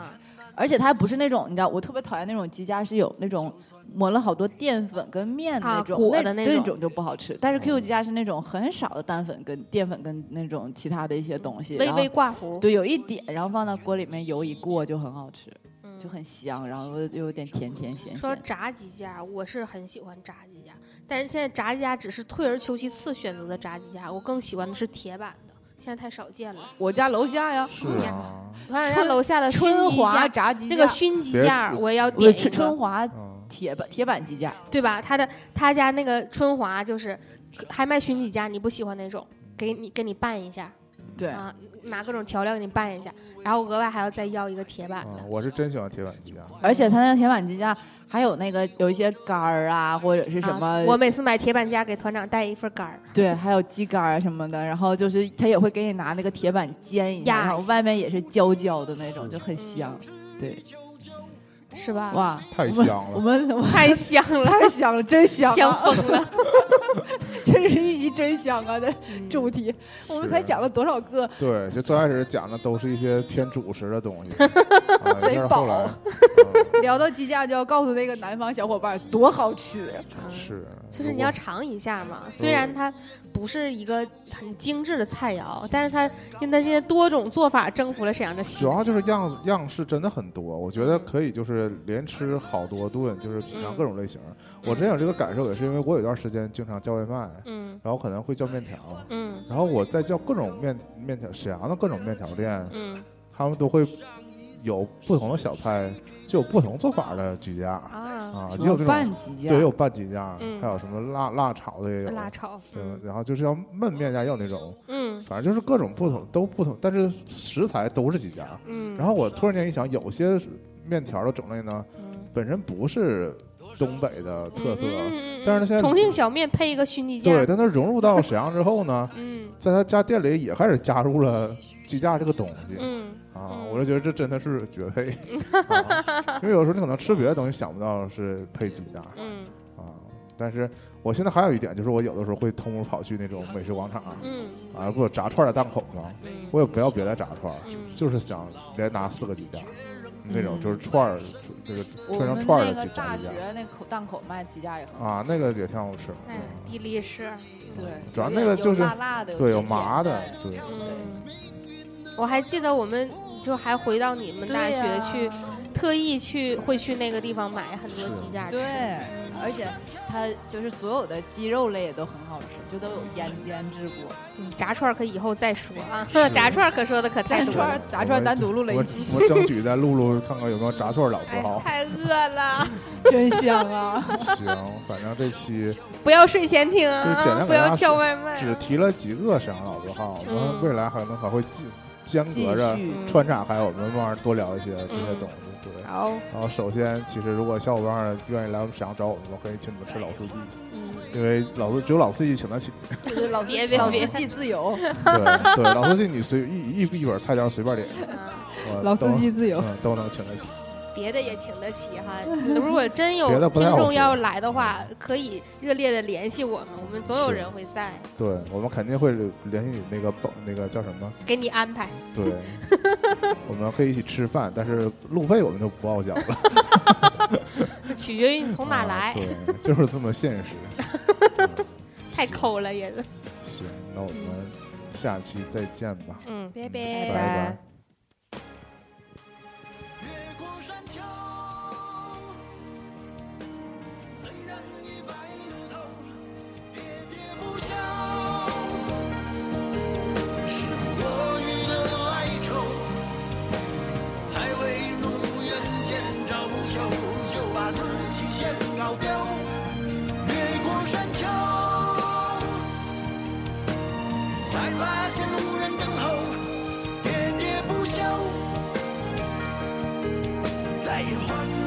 Speaker 2: 而且它还不是那种，你知道，我特别讨厌那种吉家是有那种抹了好多淀粉跟面的
Speaker 3: 啊
Speaker 2: 那种，
Speaker 3: 裹
Speaker 2: 那
Speaker 3: 的那
Speaker 2: 这
Speaker 3: 种
Speaker 2: 种就不好吃。
Speaker 1: 嗯
Speaker 2: 但是 QQ 吉家是那种很少的淀粉跟淀粉跟那种其他的一些东西，
Speaker 3: 微
Speaker 2: 然后
Speaker 3: 微挂糊，
Speaker 2: 对，有一点，然后放到锅里面油一过就很好吃，
Speaker 3: 嗯
Speaker 2: 就很香，然后又有点甜甜咸
Speaker 3: 说
Speaker 2: 咸。
Speaker 3: 炸鸡架，我是很喜欢炸鸡架，但是现在炸鸡架只是退而求其次选择的炸鸡架，我更喜欢的是铁板的，现在太少见了。
Speaker 2: 我家楼下呀，
Speaker 1: 是啊，
Speaker 3: 我看人家楼下的
Speaker 2: 春
Speaker 3: 熏鸡
Speaker 2: 华
Speaker 3: 架
Speaker 2: 炸鸡
Speaker 3: 那个
Speaker 2: 架
Speaker 3: 熏鸡
Speaker 1: 别
Speaker 3: 架，
Speaker 1: 自
Speaker 3: 我也要
Speaker 2: 不是
Speaker 3: 点一
Speaker 2: 春
Speaker 3: 个
Speaker 2: 春，华
Speaker 1: 嗯，
Speaker 2: 铁板铁板鸡架，
Speaker 3: 对吧？他的他家那个春华就是还卖熏鸡架，你不喜欢那种，给你给你拌一下
Speaker 2: 对，
Speaker 3: 啊，拿各种调料给你拌一下，然后额外还要再要一个铁板
Speaker 1: 啊
Speaker 3: 的，
Speaker 1: 我是真喜欢铁板啊鸡架，
Speaker 2: 而且它那个铁板鸡架还有那个有一些肝儿啊，或者是什么，
Speaker 3: 啊？我每次买铁板架给团长带一份干儿，
Speaker 2: 对，还有鸡肝儿什么的。然后就是它也会给你拿那个铁板煎一下，
Speaker 3: 压一
Speaker 2: 然后
Speaker 3: 下
Speaker 2: 外面也是焦焦的那种，就很香。对，
Speaker 3: 是吧？
Speaker 2: 哇，
Speaker 1: 太
Speaker 2: 我们
Speaker 1: 香
Speaker 2: 我
Speaker 1: 了。
Speaker 2: 们我们
Speaker 3: 太香 了，
Speaker 2: 太香了，真香、啊，
Speaker 3: 香疯了。
Speaker 2: 真是一集真香啊！的
Speaker 3: 嗯
Speaker 2: 主题，我们
Speaker 1: 是
Speaker 2: 才讲了多少个？
Speaker 1: 对，就最开始讲的都是一些偏主食的 东西，啊，但是后来、啊
Speaker 2: 聊到鸡架就要告诉那个南方小伙伴多好吃，
Speaker 3: 嗯
Speaker 1: 是，
Speaker 3: 就是你
Speaker 1: 如
Speaker 3: 要
Speaker 1: 果
Speaker 3: 尝一下嘛，虽然它不是一个很精致的菜肴，但是它因为它现在多种做法征服了沈阳的心
Speaker 1: 主。要就是样样式真的很多，我觉得可以就是连吃好多顿，就是品尝各种类型。我真有这个感受，也是因为我有一段时间经常叫外卖，
Speaker 3: 嗯
Speaker 1: 然后可能会叫面条，
Speaker 3: 嗯
Speaker 1: 然后我在叫各种面面条，沈阳的各种面条店，
Speaker 3: 嗯
Speaker 1: 他们都会有不同的小菜，就有不同做法的鸡架
Speaker 3: 啊，
Speaker 1: 啊，也有这种。
Speaker 2: 鸡
Speaker 1: 对，也有拌鸡架，
Speaker 3: 嗯
Speaker 1: 还有什么辣辣炒的也有，
Speaker 3: 辣炒，
Speaker 1: 对
Speaker 3: 嗯
Speaker 1: 然后就是要焖面架，也有那种，
Speaker 3: 嗯
Speaker 1: 反正就是各种不同都不同，但是食材都是鸡架。
Speaker 3: 嗯，
Speaker 1: 然后我突然间一想，有些面条的种类呢，
Speaker 3: 嗯
Speaker 1: 本身不是东北的特色，
Speaker 3: 嗯嗯嗯
Speaker 1: 但是它现在
Speaker 3: 重庆小面配一个熏鸡架，
Speaker 1: 对，但它融入到沈阳之后呢，
Speaker 3: 嗯
Speaker 1: 在他家店里也开始加入了鸡架这个东西、
Speaker 3: 嗯
Speaker 1: 啊，
Speaker 3: 嗯
Speaker 1: 我就觉得这真的是绝配，啊、因为有时候你可能吃别的东西想不到是配鸡架
Speaker 3: 嗯
Speaker 1: 啊，但是。我现在还有一点，就是我有的时候会偷摸跑去那种美食广场
Speaker 3: 嗯
Speaker 1: 啊，给我炸串儿的档口上，
Speaker 3: 嗯
Speaker 1: 我也不要别的炸串儿，
Speaker 3: 嗯，
Speaker 1: 就是想连拿四个鸡架，那种就是串儿，就是
Speaker 2: 嗯我
Speaker 1: 串成
Speaker 2: 们
Speaker 1: 串儿
Speaker 2: 那
Speaker 1: 的
Speaker 2: 个
Speaker 1: 鸡
Speaker 2: 大
Speaker 1: 架
Speaker 2: 学那口档口卖鸡架也很好，
Speaker 1: 啊，那个也挺好吃。
Speaker 3: 哎，地理是，
Speaker 2: 对，
Speaker 1: 主要
Speaker 2: 有
Speaker 1: 那个
Speaker 2: 有
Speaker 1: 就是
Speaker 2: 辣辣的，
Speaker 1: 对，有
Speaker 2: 甜甜
Speaker 1: 麻的，
Speaker 2: 的，
Speaker 1: 对，
Speaker 3: 嗯，我还记得我们就还回到你们
Speaker 2: 对啊
Speaker 3: 大学
Speaker 2: 呀
Speaker 3: 去。特意去会去那个地方买很多鸡架吃。
Speaker 2: 对，而且它就是所有的鸡肉类也都很好吃，就都有腌腌制过。
Speaker 3: 嗯炸串儿可以以后再说啊， 炸串儿可说的可太
Speaker 2: 炸
Speaker 3: 多
Speaker 2: 串
Speaker 3: 了。
Speaker 2: 儿炸串儿单独录了一
Speaker 1: 我
Speaker 2: 期
Speaker 1: 我争取再录录看看有没有炸串老字
Speaker 3: 哎
Speaker 1: 号，。
Speaker 3: 太饿了，
Speaker 2: 真香啊！
Speaker 1: 行，反正这期
Speaker 3: 不要睡前听
Speaker 1: 就是简
Speaker 3: 啊，
Speaker 1: 单
Speaker 3: 不
Speaker 1: 给大
Speaker 3: 要
Speaker 1: 家
Speaker 3: 叫外卖
Speaker 1: 只
Speaker 3: 啊。
Speaker 1: 提了几个沈阳老字号，我们
Speaker 3: 嗯
Speaker 1: 未来可能还会间间
Speaker 2: 继
Speaker 1: 隔着
Speaker 2: 续，
Speaker 1: 穿插开，我们慢慢多聊一些这些
Speaker 3: 嗯
Speaker 1: 东西。对，
Speaker 3: 好，
Speaker 1: 然后首先，其实如果小伙伴儿愿意来我们沈阳找我们，我可以请你们吃老司机，
Speaker 3: 嗯，
Speaker 1: 因为老司只有老司机请 得起。
Speaker 2: 老
Speaker 3: 别别
Speaker 2: 老
Speaker 3: 别
Speaker 2: 司机自由，
Speaker 1: 对对，老司机你随一一一本菜单随便点，
Speaker 3: 啊
Speaker 1: 我
Speaker 2: 老司
Speaker 1: 都
Speaker 2: 机自由。
Speaker 1: 嗯都能请得起。
Speaker 3: 别的也请得起哈。如果真有
Speaker 1: 别的不太
Speaker 3: 听
Speaker 1: 好
Speaker 3: 众
Speaker 1: 说
Speaker 3: 要来的话，可以热烈的联系我们，我们总有人会在
Speaker 1: 对，我们肯定会联系你那个报那个叫什么？
Speaker 3: 给你 安排。
Speaker 1: 对，我们可以一起吃饭，但是路费我们就不报销了。
Speaker 3: 这取决于你从哪
Speaker 1: 啊
Speaker 3: 来，
Speaker 1: 对，就是这么现实。嗯
Speaker 3: 太。抠了也。
Speaker 1: 行，行那我们下期再见吧，
Speaker 3: 嗯，
Speaker 2: 拜
Speaker 1: 拜
Speaker 2: 拜
Speaker 1: 拜。
Speaker 4: 越过山丘，虽然已白了头，喋喋不休，是多余的哀愁，还未如愿见着不朽，就把自己先搞丢。越过山丘，才发现无人等候，喋喋不休。再也换